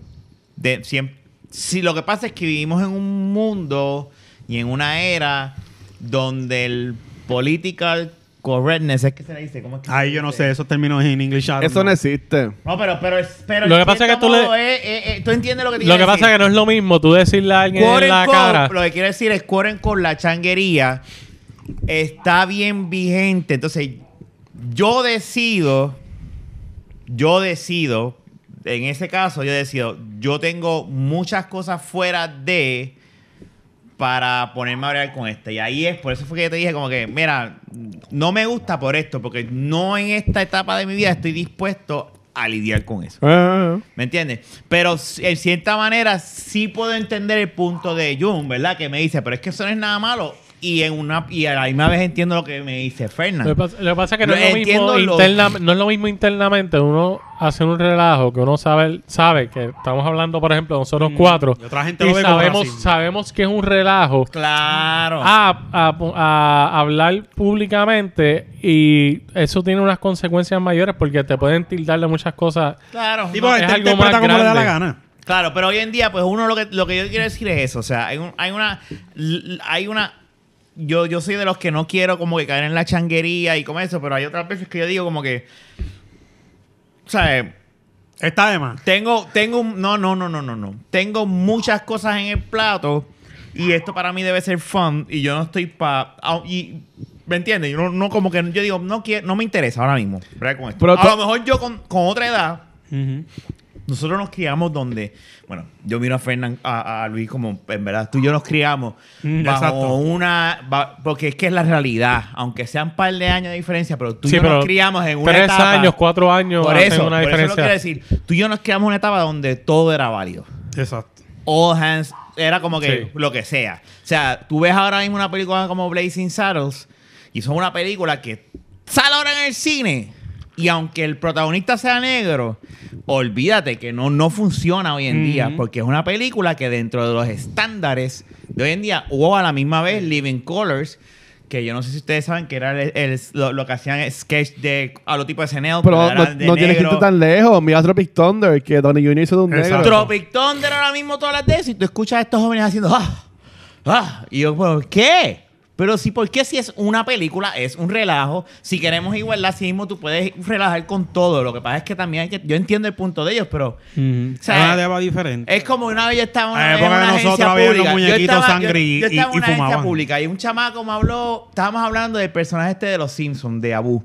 De, siempre, si lo que pasa es que vivimos en un mundo y en una era donde el political correctness es que se le dice, ¿cómo es que se
Ay,
le
yo no
dice?
sé, esos términos en inglés.
Eso no existe.
No, pero, pero, es- pero
Lo
en
que pasa es que
cierto
tú le-
modo es- es- es- tú entiendes lo que te
Lo
quiero
que
decir.
pasa es que no es lo mismo tú decirle a alguien
Quote
en la
unquote,
cara.
Lo que quiero decir es quote unquote, la changuería está bien vigente. Entonces, yo decido, yo decido, en ese caso, yo decido, yo tengo muchas cosas fuera de para ponerme a hablar con este. Y ahí es, por eso fue que yo te dije como que, mira, no me gusta por esto, porque no en esta etapa de mi vida estoy dispuesto a lidiar con eso. ¿Me entiendes? Pero s- en cierta manera sí puedo entender el punto de Jun, ¿verdad? Que me dice, pero es que eso no es nada malo. Y, en una, y a la misma vez entiendo lo que me dice
Lo que
Fernando.
pasa, lo que pasa es que no,
Lo
es lo mismo
entiendo lo-
interna- no es lo mismo internamente uno hace un relajo que uno sabe sabe que estamos hablando por ejemplo nosotros cuatro
Mm, y otra gente
y
lo ve como
sabemos
racismo.
sabemos que es un relajo
Claro.
a, a- a hablar públicamente y eso tiene unas consecuencias mayores porque te pueden tildar de muchas cosas
claro.
Tipo,
no, eh,
es
él te
algo
interpreta
más
como le da la
grande.
gana.
Claro, pero hoy en día, pues uno lo que, lo que yo quiero decir es eso. O sea, hay, un- hay una. l- Hay una. Yo, yo soy de los que no quiero como que caer en la changuería y como eso, pero hay otras veces que yo digo como que. O sea,
Está de más.
Tengo, tengo, un- no, no, no, no, no, no. Tengo muchas cosas en el plato y esto para mí debe ser fun y yo no estoy pa, au- y, ¿me entiendes? Yo no, no como que, yo digo, no quiero, no me interesa ahora mismo. bregar con esto.
Pero
a
tú-
lo mejor yo con, con otra edad,
Ujú.
nosotros nos criamos donde, bueno, yo miro a Fernán, a, a Luis como, en verdad, tú y yo nos criamos
Mm,
bajo
exacto.
una, ba- porque es que es la realidad, aunque sean un par de años de diferencia, pero tú y
Sí,
yo
pero
nos criamos en una
tres
etapa
años cuatro años
por
hacen
eso,
una
por eso lo
diferencia
quiero decir. Tú y yo nos quedamos en una etapa donde todo era válido.
Exacto.
All hands, era como que
Sí.
lo que sea. O sea, tú ves ahora mismo una película como Blazing Saddles y son una película que sale ahora en el cine. Y aunque el protagonista sea negro, olvídate que no, no funciona hoy en día,
Ujú.
porque es una película que dentro de los estándares de hoy en día hubo a la misma vez Living Colors, que yo no sé si ustedes saben que era el- el- lo, lo que hacían el sketch de a lo tipo de SNL,
Pero no,
era de
no tienes que
negro.
irte tan lejos. Mira Tropic Thunder, que Donnie Jr. hizo de un
Exacto.
negro.
Tropic Thunder ahora mismo todas las veces y tú escuchas a estos jóvenes haciendo ah, ah, y yo, ¿por qué? Pero si, ¿por qué si es una película, es un relajo? Si queremos igualdad, así mismo tú puedes relajar con todo. Lo que pasa es que también hay que, yo entiendo el punto de ellos, pero
Ujú.
O sea,
Es una deba diferente.
es como una vez yo estaba en
A la
una, en
época
una
de nosotros
agencia
había los
pública. Yo
muñequitos
estaba-
sangre y-
yo, yo estaba en
y- y
una agencia
fumaban.
pública y un chamaco me habló, estábamos hablando del personaje este de los Simpsons, de Abu,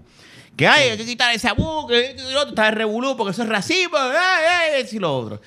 Que ay, hay que quitar ese abu, que esto y lo otro, está de revolú porque eso es racismo, ay, ay, eso y lo otro.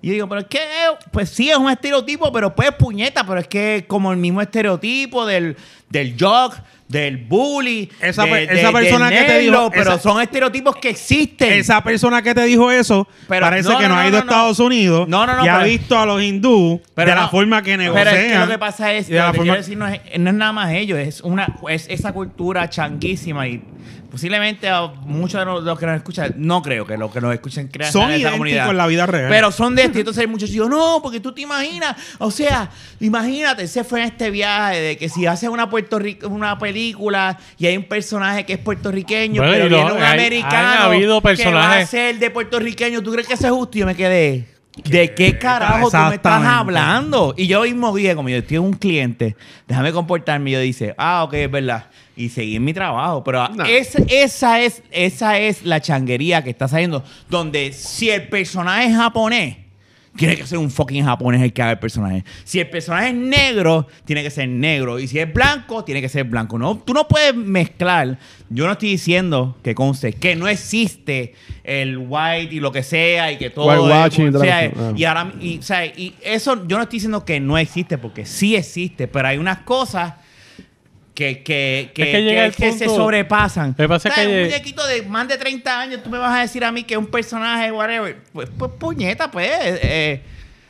Y yo digo, pero es que, eh, pues sí, es un estereotipo, pero pues puñeta, pero es que como el mismo estereotipo del, del jock, del bully,
Esa
de-
per-
de-
esa
del
persona que te dijo-
negro, pero
esa-
son estereotipos que existen.
Esa persona que te dijo eso
Pero-
parece
no,
que
no,
no, ha
no,
ido a
no.
Estados Unidos
No, no, no,
y ha
pero-
visto a los hindú de la
no,
forma que negocian.
Pero es que lo que pasa es,
y de
lo
la
que
forma-
quiero decir no es, eh, no es nada más ellos, es una es esa cultura changuísima y posiblemente a muchos de los, los que nos escuchan, no creo que los que nos escuchen crean
Son
en esta
idénticos
comunidad.
en la vida real.
Pero son de este, entonces hay muchos yo no, porque tú te imaginas, o sea, imagínate, se fue en este viaje de que si haces una Puerto Rico- una película y hay un personaje que es puertorriqueño,
Bueno,
pero
y lo-
viene un
hay-
americano
han habido
que va a
personajes-
ser de puertorriqueño, ¿tú crees que eso es justo? Y yo me quedé, ¿de qué carajo tú me estás
Exactamente.
hablando? hablando. Y yo mismo dije, como yo tengo un cliente, déjame comportarme. Y yo dice, ah, ok, es verdad. Y seguí en mi trabajo. Pero
No.
es- esa, es, esa es la changuería que está saliendo. Donde si el personaje es japonés, tiene que ser un fucking japonés el que haga el personaje. Si el personaje es negro, tiene que ser negro. Y si es blanco, tiene que ser blanco. No, tú no puedes mezclar. Yo no estoy diciendo que conste que no existe el white y lo que sea y que todo
White
es-
washing y
o
toda la
sea,
cuestión. Ah.
y ahora y, o sea, y eso yo no estoy diciendo que no existe porque sí existe pero hay unas cosas que, que, que,
Es que llega el
se
punto-
sobrepasan.
Lo que pasa es
¿Sabes?
que-
Un muñequito de más de 30 años, tú me vas a decir a mí que es un personaje, whatever. Pues, pues puñeta, pues. eh, eh,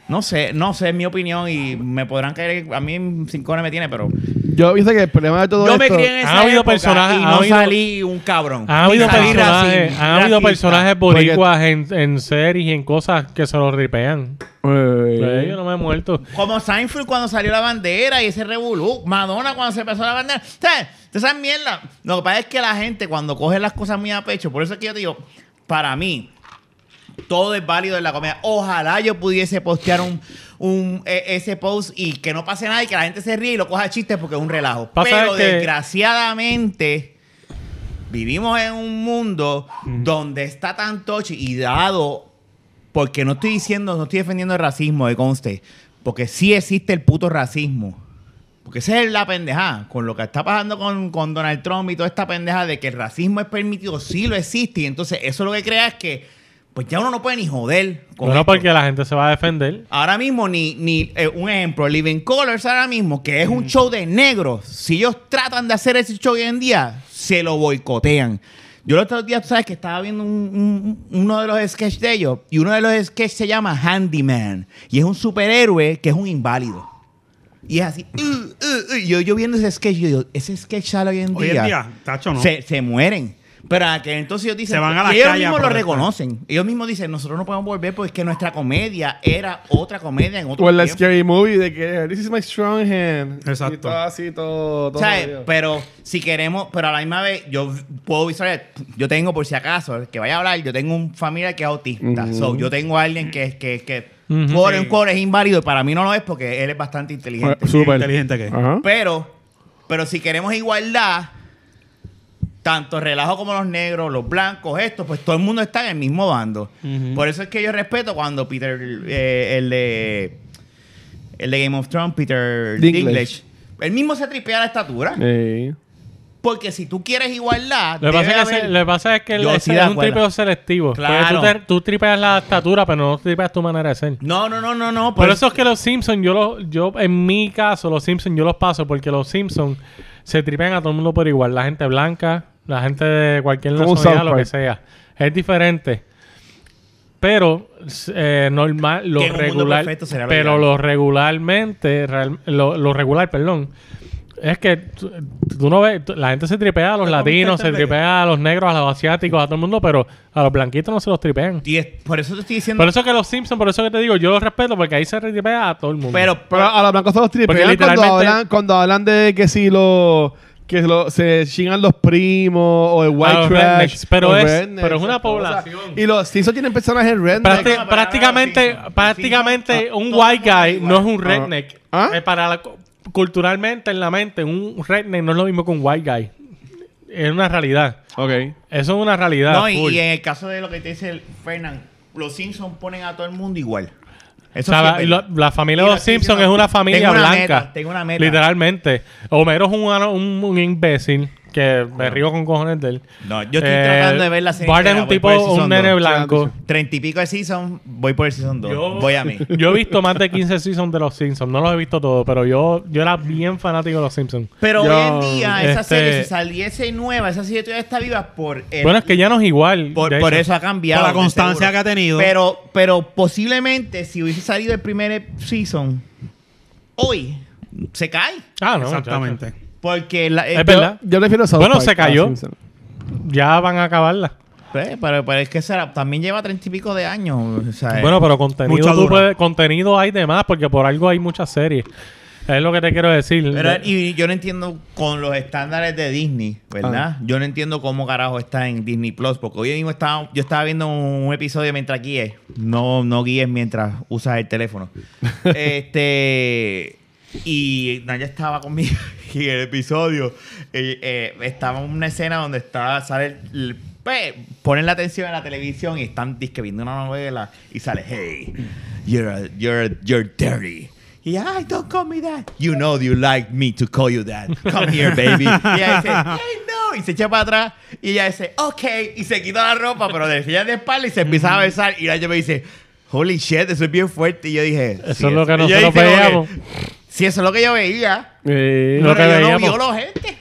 no sé, no sé, es mi opinión y me podrán caer. A mí cinco horas me tiene, pero.
Yo viste que el problema de todo
Yo
esto...
me crié en esa
Ha habido
época
personajes-
y
ha
no
habido-
salí un cabrón.
Ha
Ni
habido
salí
personajes,
raci-
ha habido
racista.
personajes
Porque-
boricuas en, en series y en cosas que se los ripean.
Eh,
Pero yo no me he muerto.
Como Seinfeld cuando salió la bandera y ese revolú. Madonna cuando se empezó la bandera. ¿Sabes? Esa mierda. Lo que pasa es que la gente cuando coge las cosas muy a pecho, por eso es que yo te digo, para mí, todo es válido en la comedia. Ojalá yo pudiese postear un, un e- ese post y que no pase nada y que la gente se ríe y lo coja chistes porque es un relajo.
Pasa
Pero
que-
desgraciadamente vivimos en un mundo donde está tan tocho y dado porque no estoy diciendo, no estoy defendiendo el racismo, de conste. Porque sí existe el puto racismo. Porque esa es la pendejada. Con lo que está pasando con, con Donald Trump y toda esta pendeja de que el racismo es permitido, sí lo existe. Y entonces eso lo que crea es que, pues ya uno no puede ni joder. Con
Bueno,
esto.
porque la gente se va a defender.
Ahora mismo, ni, ni eh, un ejemplo, Living Colors ahora mismo, que es un show de negros. Si ellos tratan de hacer ese show hoy en día, se lo boicotean. Yo los otros días, tú sabes que estaba viendo un- un- uno de los sketches de ellos y uno de los sketches se llama Handyman y es un superhéroe que es un inválido. Y es así. "Uh, uh, uh". Y Yo, yo viendo ese sketch, yo digo, ese sketch sale hoy en día.
Hoy en día, tacho, no.
se, se mueren. Pero a que entonces ellos dicen,
Se van a la
y ellos
calle a
mismos lo
protestar.
reconocen. Ellos mismos dicen, nosotros no podemos volver porque es que nuestra comedia era otra comedia en otro
O en la
tiempo".
scary movie de que this is my strong hand.
Exacto.
Y todo así, todo... todo
¿Sabes?
jodido.
Pero si queremos, pero a la misma vez, yo v- puedo visualizar, yo tengo, por si acaso, el que vaya a hablar, yo tengo un familiar que es autista.
Ujú.
So, yo tengo a alguien que, que, que
Ujú.
quote unquote, es inválido y para mí no lo es porque él es bastante pues, inteligente.
Eh, súper.
Inteligente que es.
Ajá.
Pero, pero si queremos igualdad, tanto relajo como los negros, los blancos, estos, pues todo el mundo está en el mismo bando. Por eso es que yo respeto cuando Peter, eh, el de el de Game of Thrones, Peter
Dinklage.
Dinklage, él mismo se tripea la estatura.
Eh.
Porque si tú quieres igualdad,
Lo que, pasa
debe
es que
haber-
se- lo que pasa es que el-
Yo
ese
sí de
es un
acuerdo.
tripeo selectivo. Porque
Claro.
Tú, te- tú tripeas la estatura, pero no tripeas tu manera de ser.
No, no, no, no, no.
Por
pero-
pues-
eso es que los Simpsons, yo, los, yo en mi caso, los Simpsons yo los paso porque los Simpsons se tripean a todo el mundo por igual. La gente blanca, la gente de cualquier
Como un
nacionalidad,
South
lo que
Park.
sea. Es diferente. Pero eh, normal, lo
Que en un mundo
regular,
perfecto sería lo
pero
ideal.
lo regularmente, real- lo, lo regular, perdón, es que tú, tú no ves, tú- la gente se tripea a los latinos, se tripea a los negros, a los asiáticos, a todo el mundo, pero a los blanquitos no se los tripean.
y es- por eso te estoy diciendo.
Por eso que los Simpsons, por eso que te digo, yo los respeto porque ahí se retripea a todo el mundo.
pero,
Pero
ah,
a los blancos se los tripean
Porque
cuando
literalmente-
hablan, cuando hablan de que si lo, que lo, se chingan los primos o el
A
white
los
trash.
rednecks, pero
los
es-
rednecks,
pero es una
esas cosas.
población.
Y los Simpsons tienen personajes rednecks.
Prácti-
No, no,
prácticamente,
no, no, no,
prácticamente
no,
un
Ah, no,
white
no, no,
guy
no,
no es un
no, no.
redneck.
¿Ah?
Eh, para la cu- culturalmente en la mente, un redneck no es lo mismo que un white guy. Es una realidad.
Ok.
Eso es una realidad.
No, y,
full.
y en el caso de lo que te dice el Fernan, los Simpsons ponen a todo el mundo igual. Eso
O sea,
sí es
la,
verdad.
la- la familia
Y
de
la
los Simpsons
Simpsons-
es una familia
Tengo una
blanca.
meta, tengo una meta.
Literalmente. Homero es un, ano- un, un imbécil que que me río con cojones de él.
No, yo estoy
Eh,
tratando de ver la serie.
Bart es
entera,
un
voy
tipo,
por el season
un nene
dos.
blanco.
Treinta y pico de season, voy por el season 2.
Yo-
Voy a mí.
Yo he visto más de 15 seasons de Los Simpsons. No los he visto todos, pero yo, yo era bien fanático de Los Simpsons.
Pero
Yo,
hoy en día, esa
este-
serie, si saliese nueva, esa serie todavía está viva por el-
Bueno, es que ya no es igual.
por,
de
por
hecho.
eso ha cambiado.
Por la
de
constancia
seguro.
que ha tenido.
Pero, pero posiblemente, si hubiese salido el primer season, hoy se cae.
Ah, no.
Exactamente.
Porque la, eh,
Es verdad.
Yo prefiero South
Bueno,
Park
se
a
cayó.
Simpson.
muchacho. Ya van a acabarla.
pues, pero, pero es que será- también lleva treinta y pico de años. o sea,
Bueno, pero contenido,
Mucha
tú
dura.
puedes- contenido hay de más porque por algo hay muchas series. Es lo que te quiero decir.
Pero, y yo no entiendo con los estándares de Disney, ¿verdad? Yo no entiendo cómo carajo está en Disney Plus, porque hoy mismo estaba, yo estaba viendo un episodio mientras guíes. No, no guíes mientras usas el teléfono. este. Y Naya estaba conmigo y en el episodio eh, eh, estaba una escena donde está, sale el- el- pues, ponen la atención en la televisión y están disque viendo una novela y sale, hey, you're, a- you're, you're dirty. Y ella, ay, don't call me that. You know you like me to call you that. Come here, baby. Y ella dice, hey, no. Y se echa para atrás. Y ella dice, ok. Y se quita la ropa, pero de fila de espalda y se empieza a besar. Y ella me dice, holy shit, eso es bien fuerte. Y yo dije,
Eso es lo que
Y ella
nosotros
dice,
veíamos.
"Ok, Sí, eso es lo que yo veía.
Eh,
Lo
Lo
que
que yo
veíamos.
no violo gente.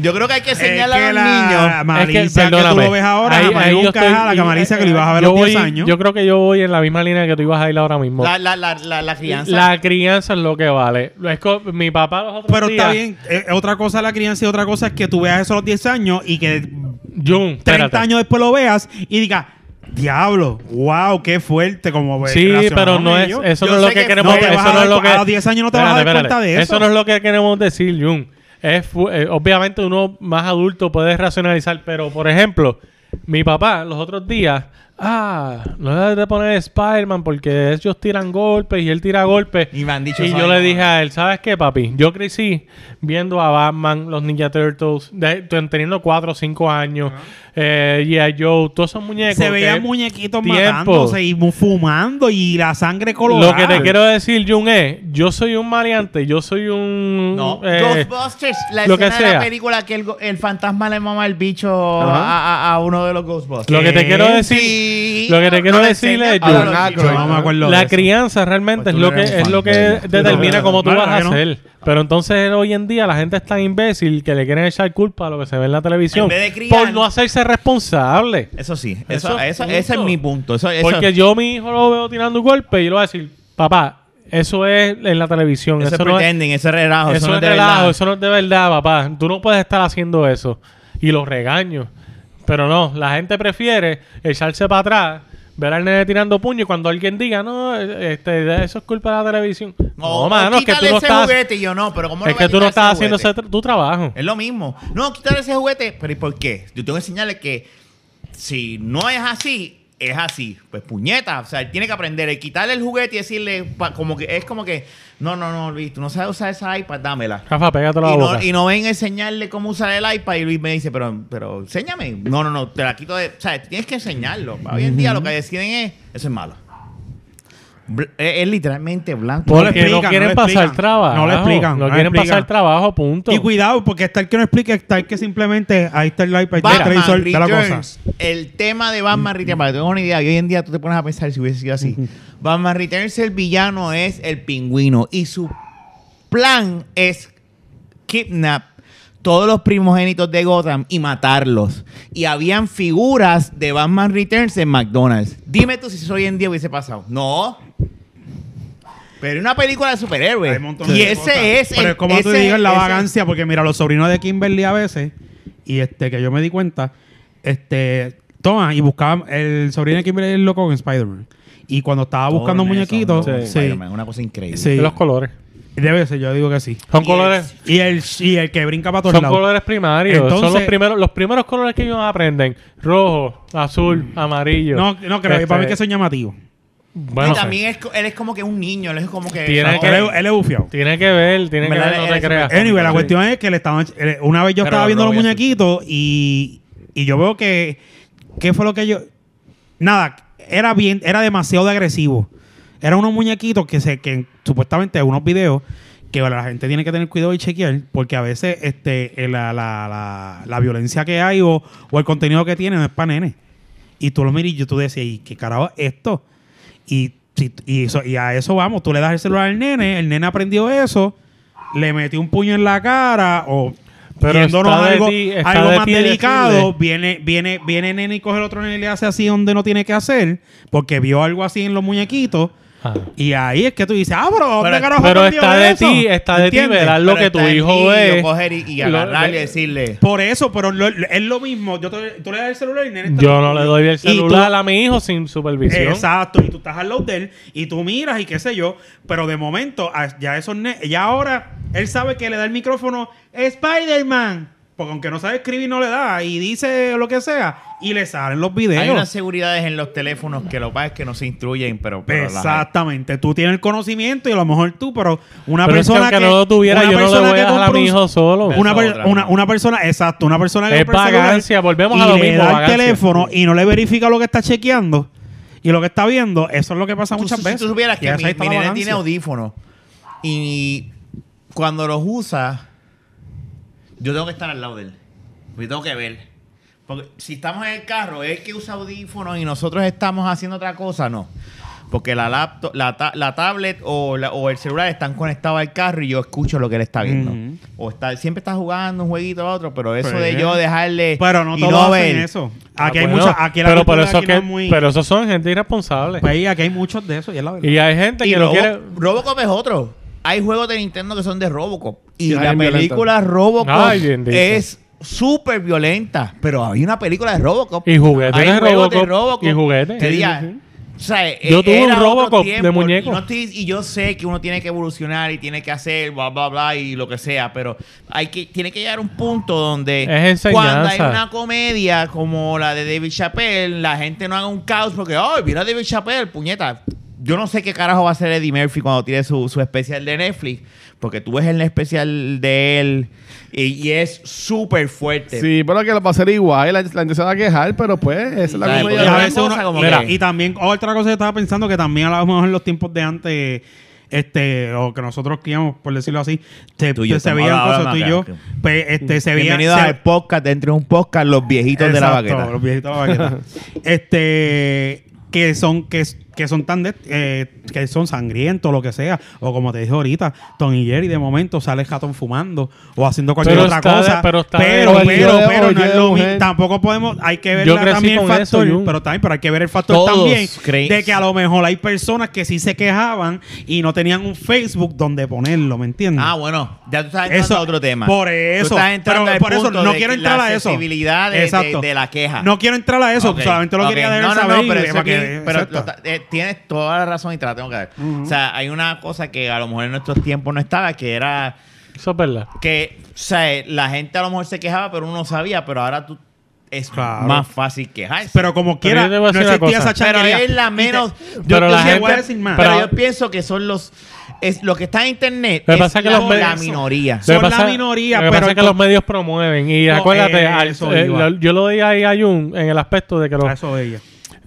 Yo creo que hay que señalar
Es que
a los
la
niños.
malicia que, tú
perdóname,
lo ves ahora,
ahí-
la
ahí yo
malicia
estoy-
la camaricia
eh,
que lo ibas a ver a
yo
los 10
voy-
años.
Yo creo que yo voy en la misma línea que tú ibas a ir ahora mismo.
La, la, la, la, la crianza.
La crianza es lo que vale. Es co- mi papá los otros
pero está
días-
bien, eh, otra cosa es la crianza y otra cosa es que tú veas eso a los 10 años y que 30
Jun, espérate.
años después lo veas y digas, diablo, wow, qué fuerte como ve-
Sí, pero
relacionaron
no es,
ellos".
eso
Yo
no es lo
sé
que
que
queremos
no te
eso
vas a
no es
dar
lo
cu-
que
a los 10 años no te vas a
Espérate,
dar cuenta
espérate.
de
Eso
eso.
no es lo que queremos decir, Jun. Es, fu- eh, obviamente uno más adulto puede racionalizar, pero por ejemplo, mi papá los otros días, ah, no debes de poner Spider-Man porque ellos tiran golpes y él tira golpes.
Y me han dicho
Y
eso
yo
a
le
mi
dije
mamá.
a él, ¿sabes qué, papi? Yo crecí viendo a Batman, los Ninja Turtles, de- teniendo 4 o 5 años, eh, G.I. Joe, todos esos muñecos.
se veían
que-
muñequitos
tiempo.
matándose y mu- fumando y la sangre colorada.
Lo que te quiero decir, Jun, es: yo soy un maleante, yo soy un.
No,
eh,
Mm, Ghostbusters, la
lo
escena
que
de
sea.
la película que el, go- el fantasma le mama el bicho
Ajá.
a, a- a uno de los Ghostbusters.
lo que te quiero decir.
Sí.
Lo que te quiero
le
decir
enseñan
es,
a
Jun,
los
Don
niños.
Aykroyd.
no me acuerdo. de
La
eso.
crianza realmente
Pues
es
tú
lo
no
que
eres un
es
fan
lo que
de ella.
determina
no,
cómo tú
claro
vas a
que no.
hacer. Pero entonces hoy en día la gente es tan imbécil que le quieren echar culpa a lo que se ve en la televisión
En vez de criar-
por no hacerse responsable.
Eso sí,
Eso
eso,
es
eso-
punto.
ese es mi punto. Eso, eso-
Porque yo mi hijo lo veo tirando golpes y lo voy a decir, papá, eso es en la televisión,
eso
eso,
es
no es
pretending, eso es relajo.
Ah, Eso, no es
de
relajo,
verdad.
eso no es de verdad, papá. Tú no puedes estar haciendo eso. Y los regaños. Pero no, la gente prefiere echarse para atrás, ver al nene tirando puño y cuando alguien diga, no, este, eso es culpa de la televisión. No,
O- o
mano, es que tú
quítale
no
ese
estás,
juguete y yo no, pero ¿cómo le
es
voy a
que tú no
quitar
estás
ese
haciendo ese
juguete? Eh,
tra- tu trabajo.
Es lo mismo. No, quitar ese juguete. Pero ¿y por qué? Yo tengo que enseñarle que si no es así, es así. Pues puñeta. O sea, él tiene que aprender. El quitarle el juguete y decirle, pa- como que es como que, no, no, no, Luis, tú no sabes usar esa iPad, dámela.
Rafa, pégatelo a la
Y
boca.
no, y no ven a enseñarle cómo usar el iPad. Y Luis me dice, pero, pero enséñame. No, no, no, te la quito de. O sea, tienes que enseñarlo. Hoy en día lo que deciden es, eso es malo. Bl- Es, es literalmente blanco.
Por-
Porque
no explican,
no quieren
no
pasar
explican.
trabajo.
No lo explican,
No,
no
quieren
explican.
pasar trabajo, punto.
Y cuidado, porque está el que no explica, está el que simplemente ahí está el iPad, está el
Batman
televisor, está la cosa. Mm.
Returns. El tema de Batman Returns, para que tengas una idea, y hoy en día tú te pones a pensar si hubiese sido así. Batman Returns, el villano es el pingüino y su plan es kidnap todos los primogénitos de Gotham y matarlos. Y habían figuras de Batman Returns en McDonald's. Dime tú si eso hoy en día hubiese pasado. No. Pero es una película de superhéroes.
Hay un montón
Y
de
ese
cosas.
es
Pero es como tú
ese-
digas, la
ese-
vagancia, porque mira, los sobrinos de Kimberly a veces, y este que yo me di cuenta, este, toma, y buscaban, el sobrino de Kimberly es loco con Spider-Man. Y cuando estaba buscando
Todo en eso,
muñequitos,
¿no?
sí,
Spider-Man, una cosa increíble.
sí,
Y los colores.
debe ser, yo digo que sí.
Son
Y
colores.
es-
Y el, y el que brinca para todos
Son
lados.
colores primarios. son
Entonces-
los primeros, los primeros colores que ellos aprenden. Rojo, azul, amarillo.
No, no creo,
Este,
para mí que son llamativos.
Bueno,
y también es co- él es como que un niño, él es como que.
Tiene
No,
que-
Ah, Él, es- él es bufiado.
tiene que ver, tiene que
¿Verdad?
ver, no te
Eres-
creas.
Eh,
Anyway, la
Sí.
cuestión es que le estaban. eh, Una vez yo
Pero
estaba viendo
lo
los
voy a
muñequitos y, y yo veo que. ¿Qué fue lo que yo.? Nada, era bien, era demasiado de agresivo. Eran unos muñequitos que se. que supuestamente unos videos que bueno, la gente tiene que tener cuidado y chequear, porque a veces este, eh, la, la- la- la violencia que hay o, o el contenido que tiene no es para nene. Y tú lo miras y yo- tú decías, ¿y qué carajo es esto? Y, si- y, eso- y a eso vamos, tú le das el celular al nene, el nene aprendió eso, le metió un puño en la cara o...
Pero
yéndonos
está de
algo,
ti- está
algo
de
más
ti decirle.
delicado, viene, viene, viene el nene y coge el otro nene y le hace así donde no tiene que hacer, porque vio algo así en los muñequitos.
Ah.
Y ahí es que tú dices, ah, pero ¿dónde
Pero-
carajo
pero
aprendió
está de
eso?
ti, está de ti
¿Entiendes?
velar lo
Pero
que tu
está en
hijo
mí,
ve.
yo coger y, y
Lo-
agarrarle y
ve-
decirle.
Por eso, pero lo- lo- es lo mismo. Yo te- tú le das el celular y el nene está
Yo
al
no
lado
le
tuyo.
doy el
Y tú-
celular a mi hijo sin supervisión.
Exacto, y tú estás al lado de él y tú miras y qué sé yo, pero de momento a- ya esos ne- ya ahora él sabe que le da el micrófono Spider-Man, porque aunque no sabe escribir no le da y dice lo que sea y le salen los videos.
Hay unas seguridades en los teléfonos que lo que pasa es que no se instruyen, pero. pero las hay.
Exactamente, tú tienes el conocimiento y a lo mejor tú, pero una
Pero es que
persona
aunque no lo tuviera, yo
una
no le
persona
voy
que
a dejar a mi
compra un-
hijo solo.
Una-
una, per-
otra,
una,
¿no?
una persona, exacto, una persona que
Es
compra el celular
vagancia, volvemos a
y
lo
le
mismo,
da el
vagancia.
teléfono y no le verifica lo que está chequeando y lo que está viendo, eso es lo que pasa
Tú-
muchas
si
veces.
tú supieras
Y
que
ahí
mi,
está
mi
la
nene
vagancia.
tiene audífonos y cuando los usa, yo tengo que estar al lado de él. Yo tengo que ver. Porque si estamos en el carro, él que usa audífonos y nosotros estamos haciendo otra cosa, no. Porque la laptop, la, ta- la tablet o, la- o el celular están conectados al carro y yo escucho lo que él está viendo.
Ujú.
O está, siempre está jugando un jueguito a otro, pero eso
Pues,
de yo dejarle
Pero no
y
todos hacen
ver,
eso.
Ah,
Aquí hay
bueno,
muchas, aquí la
pero por
cultura
eso
aquí
que,
no es muy-
pero esos son gente irresponsable.
Pues ahí, aquí hay muchos de eso y es la verdad.
y hay gente
Y
que no
Robo-
quiere.
Robocop es otro. Hay juegos de Nintendo que son de Robocop. Y
Sí,
la
bien
película Robocop
Ay, bendito.
es súper violenta. Pero hay una película de Robocop.
Y juguetes
Hay
de
juegos
Robocop, y juguetes.
Que
Sí,
diga,
sí, sí.
o sea,
Yo
eh,
tuve un
era otro
Robocop de
tiempo,
muñeco.
Y, no estoy- y yo sé que uno tiene que evolucionar y tiene que hacer bla, bla, bla y lo que sea. Pero hay que, tiene que llegar a un punto donde
Es
cuando hay
enseñanza.
una comedia como la de David Chappelle, la gente no haga un caos porque, ay, mira a David Chappelle, puñeta. Yo no sé qué carajo va a hacer Eddie Murphy cuando tiene su, su especial de Netflix, porque tú ves el especial de él y, y es súper fuerte.
Sí, pero que lo va a hacer igual. La, la gente se va a quejar, pero pues, esa es la
Ay,
Y
comedia.
porque-
a
una
veces
cosa
uno-
como
mira,
que-
y también otra cosa que estaba pensando que también a lo mejor en los tiempos de antes este o que nosotros criamos por decirlo así te-
Tú y yo
te- se
estamos
veían
hablando
cosas tú y
acá,
yo
que-
pues, este se veían
Bienvenidos
se-
al podcast, dentro de un podcast, los viejitos de la
Exacto,
baqueta.
los viejitos de la baqueta. este que son que, que son tan de- eh, que son sangrientos lo que sea o como te dije ahorita Tom y Jerry de momento sale Hatton fumando o haciendo cualquier
Pero
otra
está de-
cosa
pero está de-
pero
Oye,
pero, pero no
oye,
es lo
mujer.
mismo tampoco podemos hay que ver
Yo
la-
crecí
también el
con eso,
factor
Jun.
pero también pero hay que ver el factor
Todos
también
creen-
de que a lo mejor hay personas que sí se quejaban y no tenían un Facebook donde ponerlo ¿me entiendes?
Ah, bueno, ya tú estás entrando
Eso,
a otro tema.
Por
Tú
eso.
estás entrando
pero
al
por eso
punto
no
de
quiero
que
entrar
la
a eso.
accesibilidad de- de-
Exacto.
de la queja.
No quiero entrar a eso.
Ok,
Solamente lo
ok.
quería dejar
No, no,
saber. eh,
no, pero eso
para
es bien-
que-
pero
exacto.
lo ta- eh, tienes toda la razón y te la tengo que dar. O sea, hay una cosa que a lo mejor en nuestros tiempos no estaba, que era
Eso es verdad.
que, o sea, eh, la gente a lo mejor se quejaba, pero uno no sabía, pero ahora tú es
Claro.
más fácil quejarse.
Pero como quiera,
yo te
no
voy a decir
existía
una cosa.
esa
pero
chanquería.
es la menos.
Y te-
Pero la
te
gente-
voy a decir más.
pero
pero-
yo pienso que son los. Es, lo que está en internet
Lo que
es
pasa es que
la,
los medios-
la minoría.
Son la minoría,
lo que
pero
pasa es que
entonces-
los medios promueven. Y
No,
acuérdate, al-
eso
eh,
iba.
lo- yo lo di ahí a Jun en el aspecto de que los,
A eso de ella.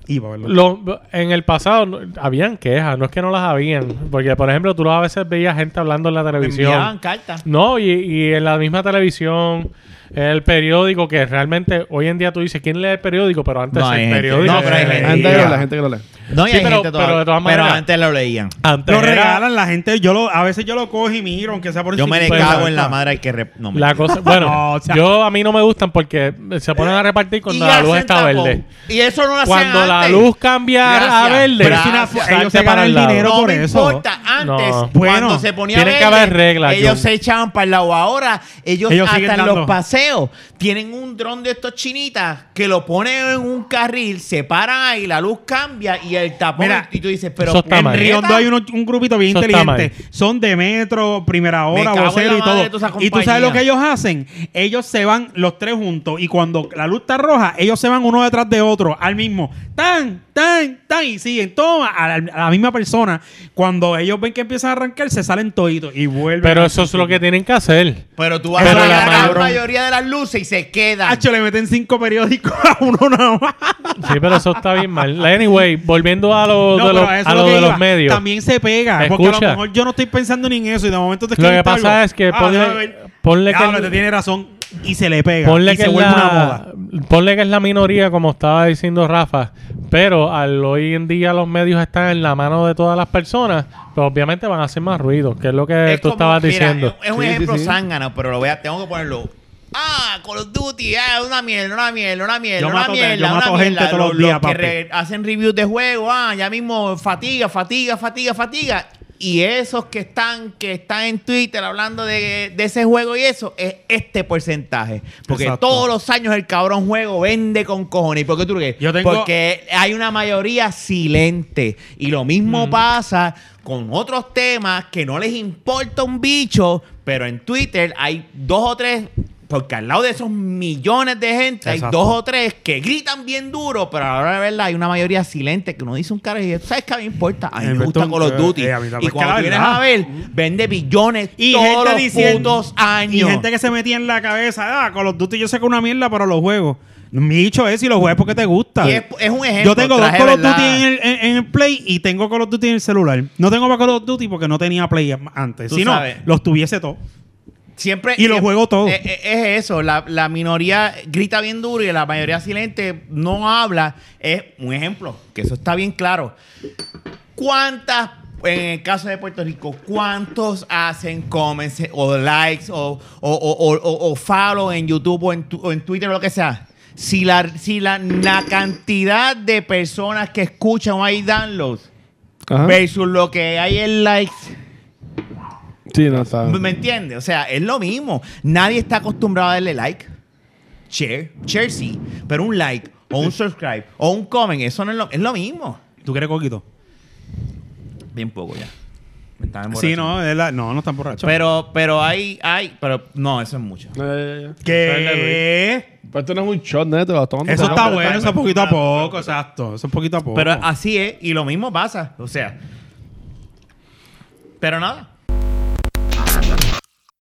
Iba, ¿verdad?
Lo- en el pasado no- habían quejas, no es que no las habían, porque por ejemplo tú a veces veías gente hablando en la
Enviaban
televisión.
cartas.
No, y, y en la misma televisión, en el periódico, que realmente hoy en día tú dices, ¿quién lee el periódico? Pero antes
No, hay
el
gente-
periódico...
no, pero hay
se
La
gente-
leía.
gente que lo lee, la gente que lo lee.
No, y
Sí,
hay
pero-
gente todavía-
pero de todas
pero
maneras-
antes lo leían.
Antes
Lo
era-
regalan la gente. Yo lo, a veces yo lo cojo y miro, aunque sea por
Yo me le
encima.
cago en la madre al que... rep- No, me
La cosa, bueno,
No, o sea-
yo a mí no me gustan porque se ponen a repartir cuando la luz está verde.
Y eso no lo hacían
Cuando la
antes.
luz cambia a
Gracias.
verde,
Pero es una-
salte
ellos se
para
ganan
el
el
lado.
dinero.
No
eh, por
me
eso.
importa. Antes,
No.
Bueno,
cuando se ponía
tiene que
verde,
haber reglas,
ellos
John.
se echaban para el lado. Ahora, ellos,
Ellos
hasta
siguen
en
dando.
los paseos tienen un dron de estos chinitas que lo ponen en un carril, se paran ahí, la luz cambia y el tapón...
Mira,
y tú dices, pero...
eso está
En
mal.
puñeta,
Riondo hay uno- un grupito bien
Eso está
inteligente. Son de metro, primera hora,
cago en
vocero
la
y
madre de toda
todo.
esa
Y tú
compañía.
sabes lo que ellos hacen. Ellos se van los tres juntos y cuando la luz está roja, ellos se van uno detrás de otro al mismo. Tan, tan, tan y siguen. Toma a la, a la misma persona. Cuando ellos ven que empiezan a arrancar, se salen toditos y vuelven.
Pero eso es lo que tienen que hacer.
Pero tú vas
Pero
a
la
la, gran
cabrón.
mayoría de las luces y se quedan.
Hacho, le meten cinco periódicos a uno nada más.
Sí, pero eso está bien mal. Anyway, volviendo a lo
No,
de,
pero
los,
a eso
a
es lo
lo
que
de
iba.
los medios.
También se pega. Porque a
Escucha.
lo mejor yo no estoy pensando ni en eso y de momento te
Lo que
escribiste
pasa
algo.
es que
Ah,
ponle-
déjame ver.
ponle que
Diablo,
el-
te tiene razón y se le pega.
Ponle
y
que,
se
es
vuelve una
la,
moda.
ponle que es la minoría, como estaba diciendo Rafa, pero al hoy en día los medios están en la mano de todas las personas, pues obviamente van a hacer más ruido, que es lo que
Es
tú
como-
estabas
mira,
diciendo.
Es un
Sí, sí,
ejemplo
sí.
zángano, pero lo voy a, tengo que ponerlo. Ah, Call of Duty, ah, una mierda, una mierda, una mierda,
Yo
una
mato-
mierda,
yo
una
mato
mierda.
gente todos los días,
que
papi.
re- hacen reviews de juego, ah, ya mismo fatiga, fatiga, fatiga, fatiga. Y esos que están, que están en Twitter hablando de, de ese juego y eso, es este porcentaje. Porque
Exacto.
todos los años el cabrón juego vende con cojones. ¿Y por qué tú crees?
Yo tengo-
Porque eh, hay una mayoría silente. Y lo
Mm.
mismo pasa con otros temas que no les importa un bicho, pero en Twitter hay dos o tres, porque al lado de esos millones de gente
Exacto.
hay dos o tres que gritan bien duro, pero a la hora de verdad hay una mayoría silente que uno dice un carajo y dice, ¿sabes qué? A mí me importa. A mí
Eh,
me gusta
esto-
Call of
eh,
Duty.
eh, a mí también.
y
Es que la
cuando tú vienes
verdad.
a ver, vende billones
Y
todos
gente
los
diciendo-
putos años.
Y gente que se metía en la cabeza, ah, con los Duty yo saco una mierda para los juegos. Mi dicho es, si los juegas porque te gusta.
Y es, es un ejemplo.
Yo tengo dos
traje
Call of
verdad.
Duty en el, en- en el Play y tengo Call of Duty en el celular. No tengo para Call of Duty porque no tenía Play antes.
Tú
Si no,
sabes.
los tuviese todos.
Siempre.
Y lo juego todo.
Es, es- es eso. La, la minoría grita bien duro y la mayoría silente no habla. Es un ejemplo, que eso está bien claro. ¿Cuántas, en el caso de Puerto Rico, cuántos hacen comments o likes o, o, o- o- o- o follow en YouTube o en, tu- o en Twitter o lo que sea? Si la, si la, la cantidad de personas que escuchan o hay downloads
Ah.
Ajá.
versus lo que hay en likes.
Sí, no está.
¿Me entiendes? O sea, es lo mismo. Nadie está acostumbrado a darle like. Share. Share sí. Pero un like, o un subscribe, o un comment, eso no es lo, es lo mismo.
¿Tú quieres coquito?
Bien poco ya. Me estaba
Sí,
emborrachando.
no, es la- no, no están borrachos.
Pero, pero hay, hay, pero no, eso es mucho.
Ya, ya, ya, ya.
¿Qué?
Pero esto no es un shot, neto, bastón.
Eso
No,
está
pero-
bueno, eso es poquito a poco, exacto. Eso es poquito a poco.
Pero así es, y lo mismo pasa. O sea. Pero nada.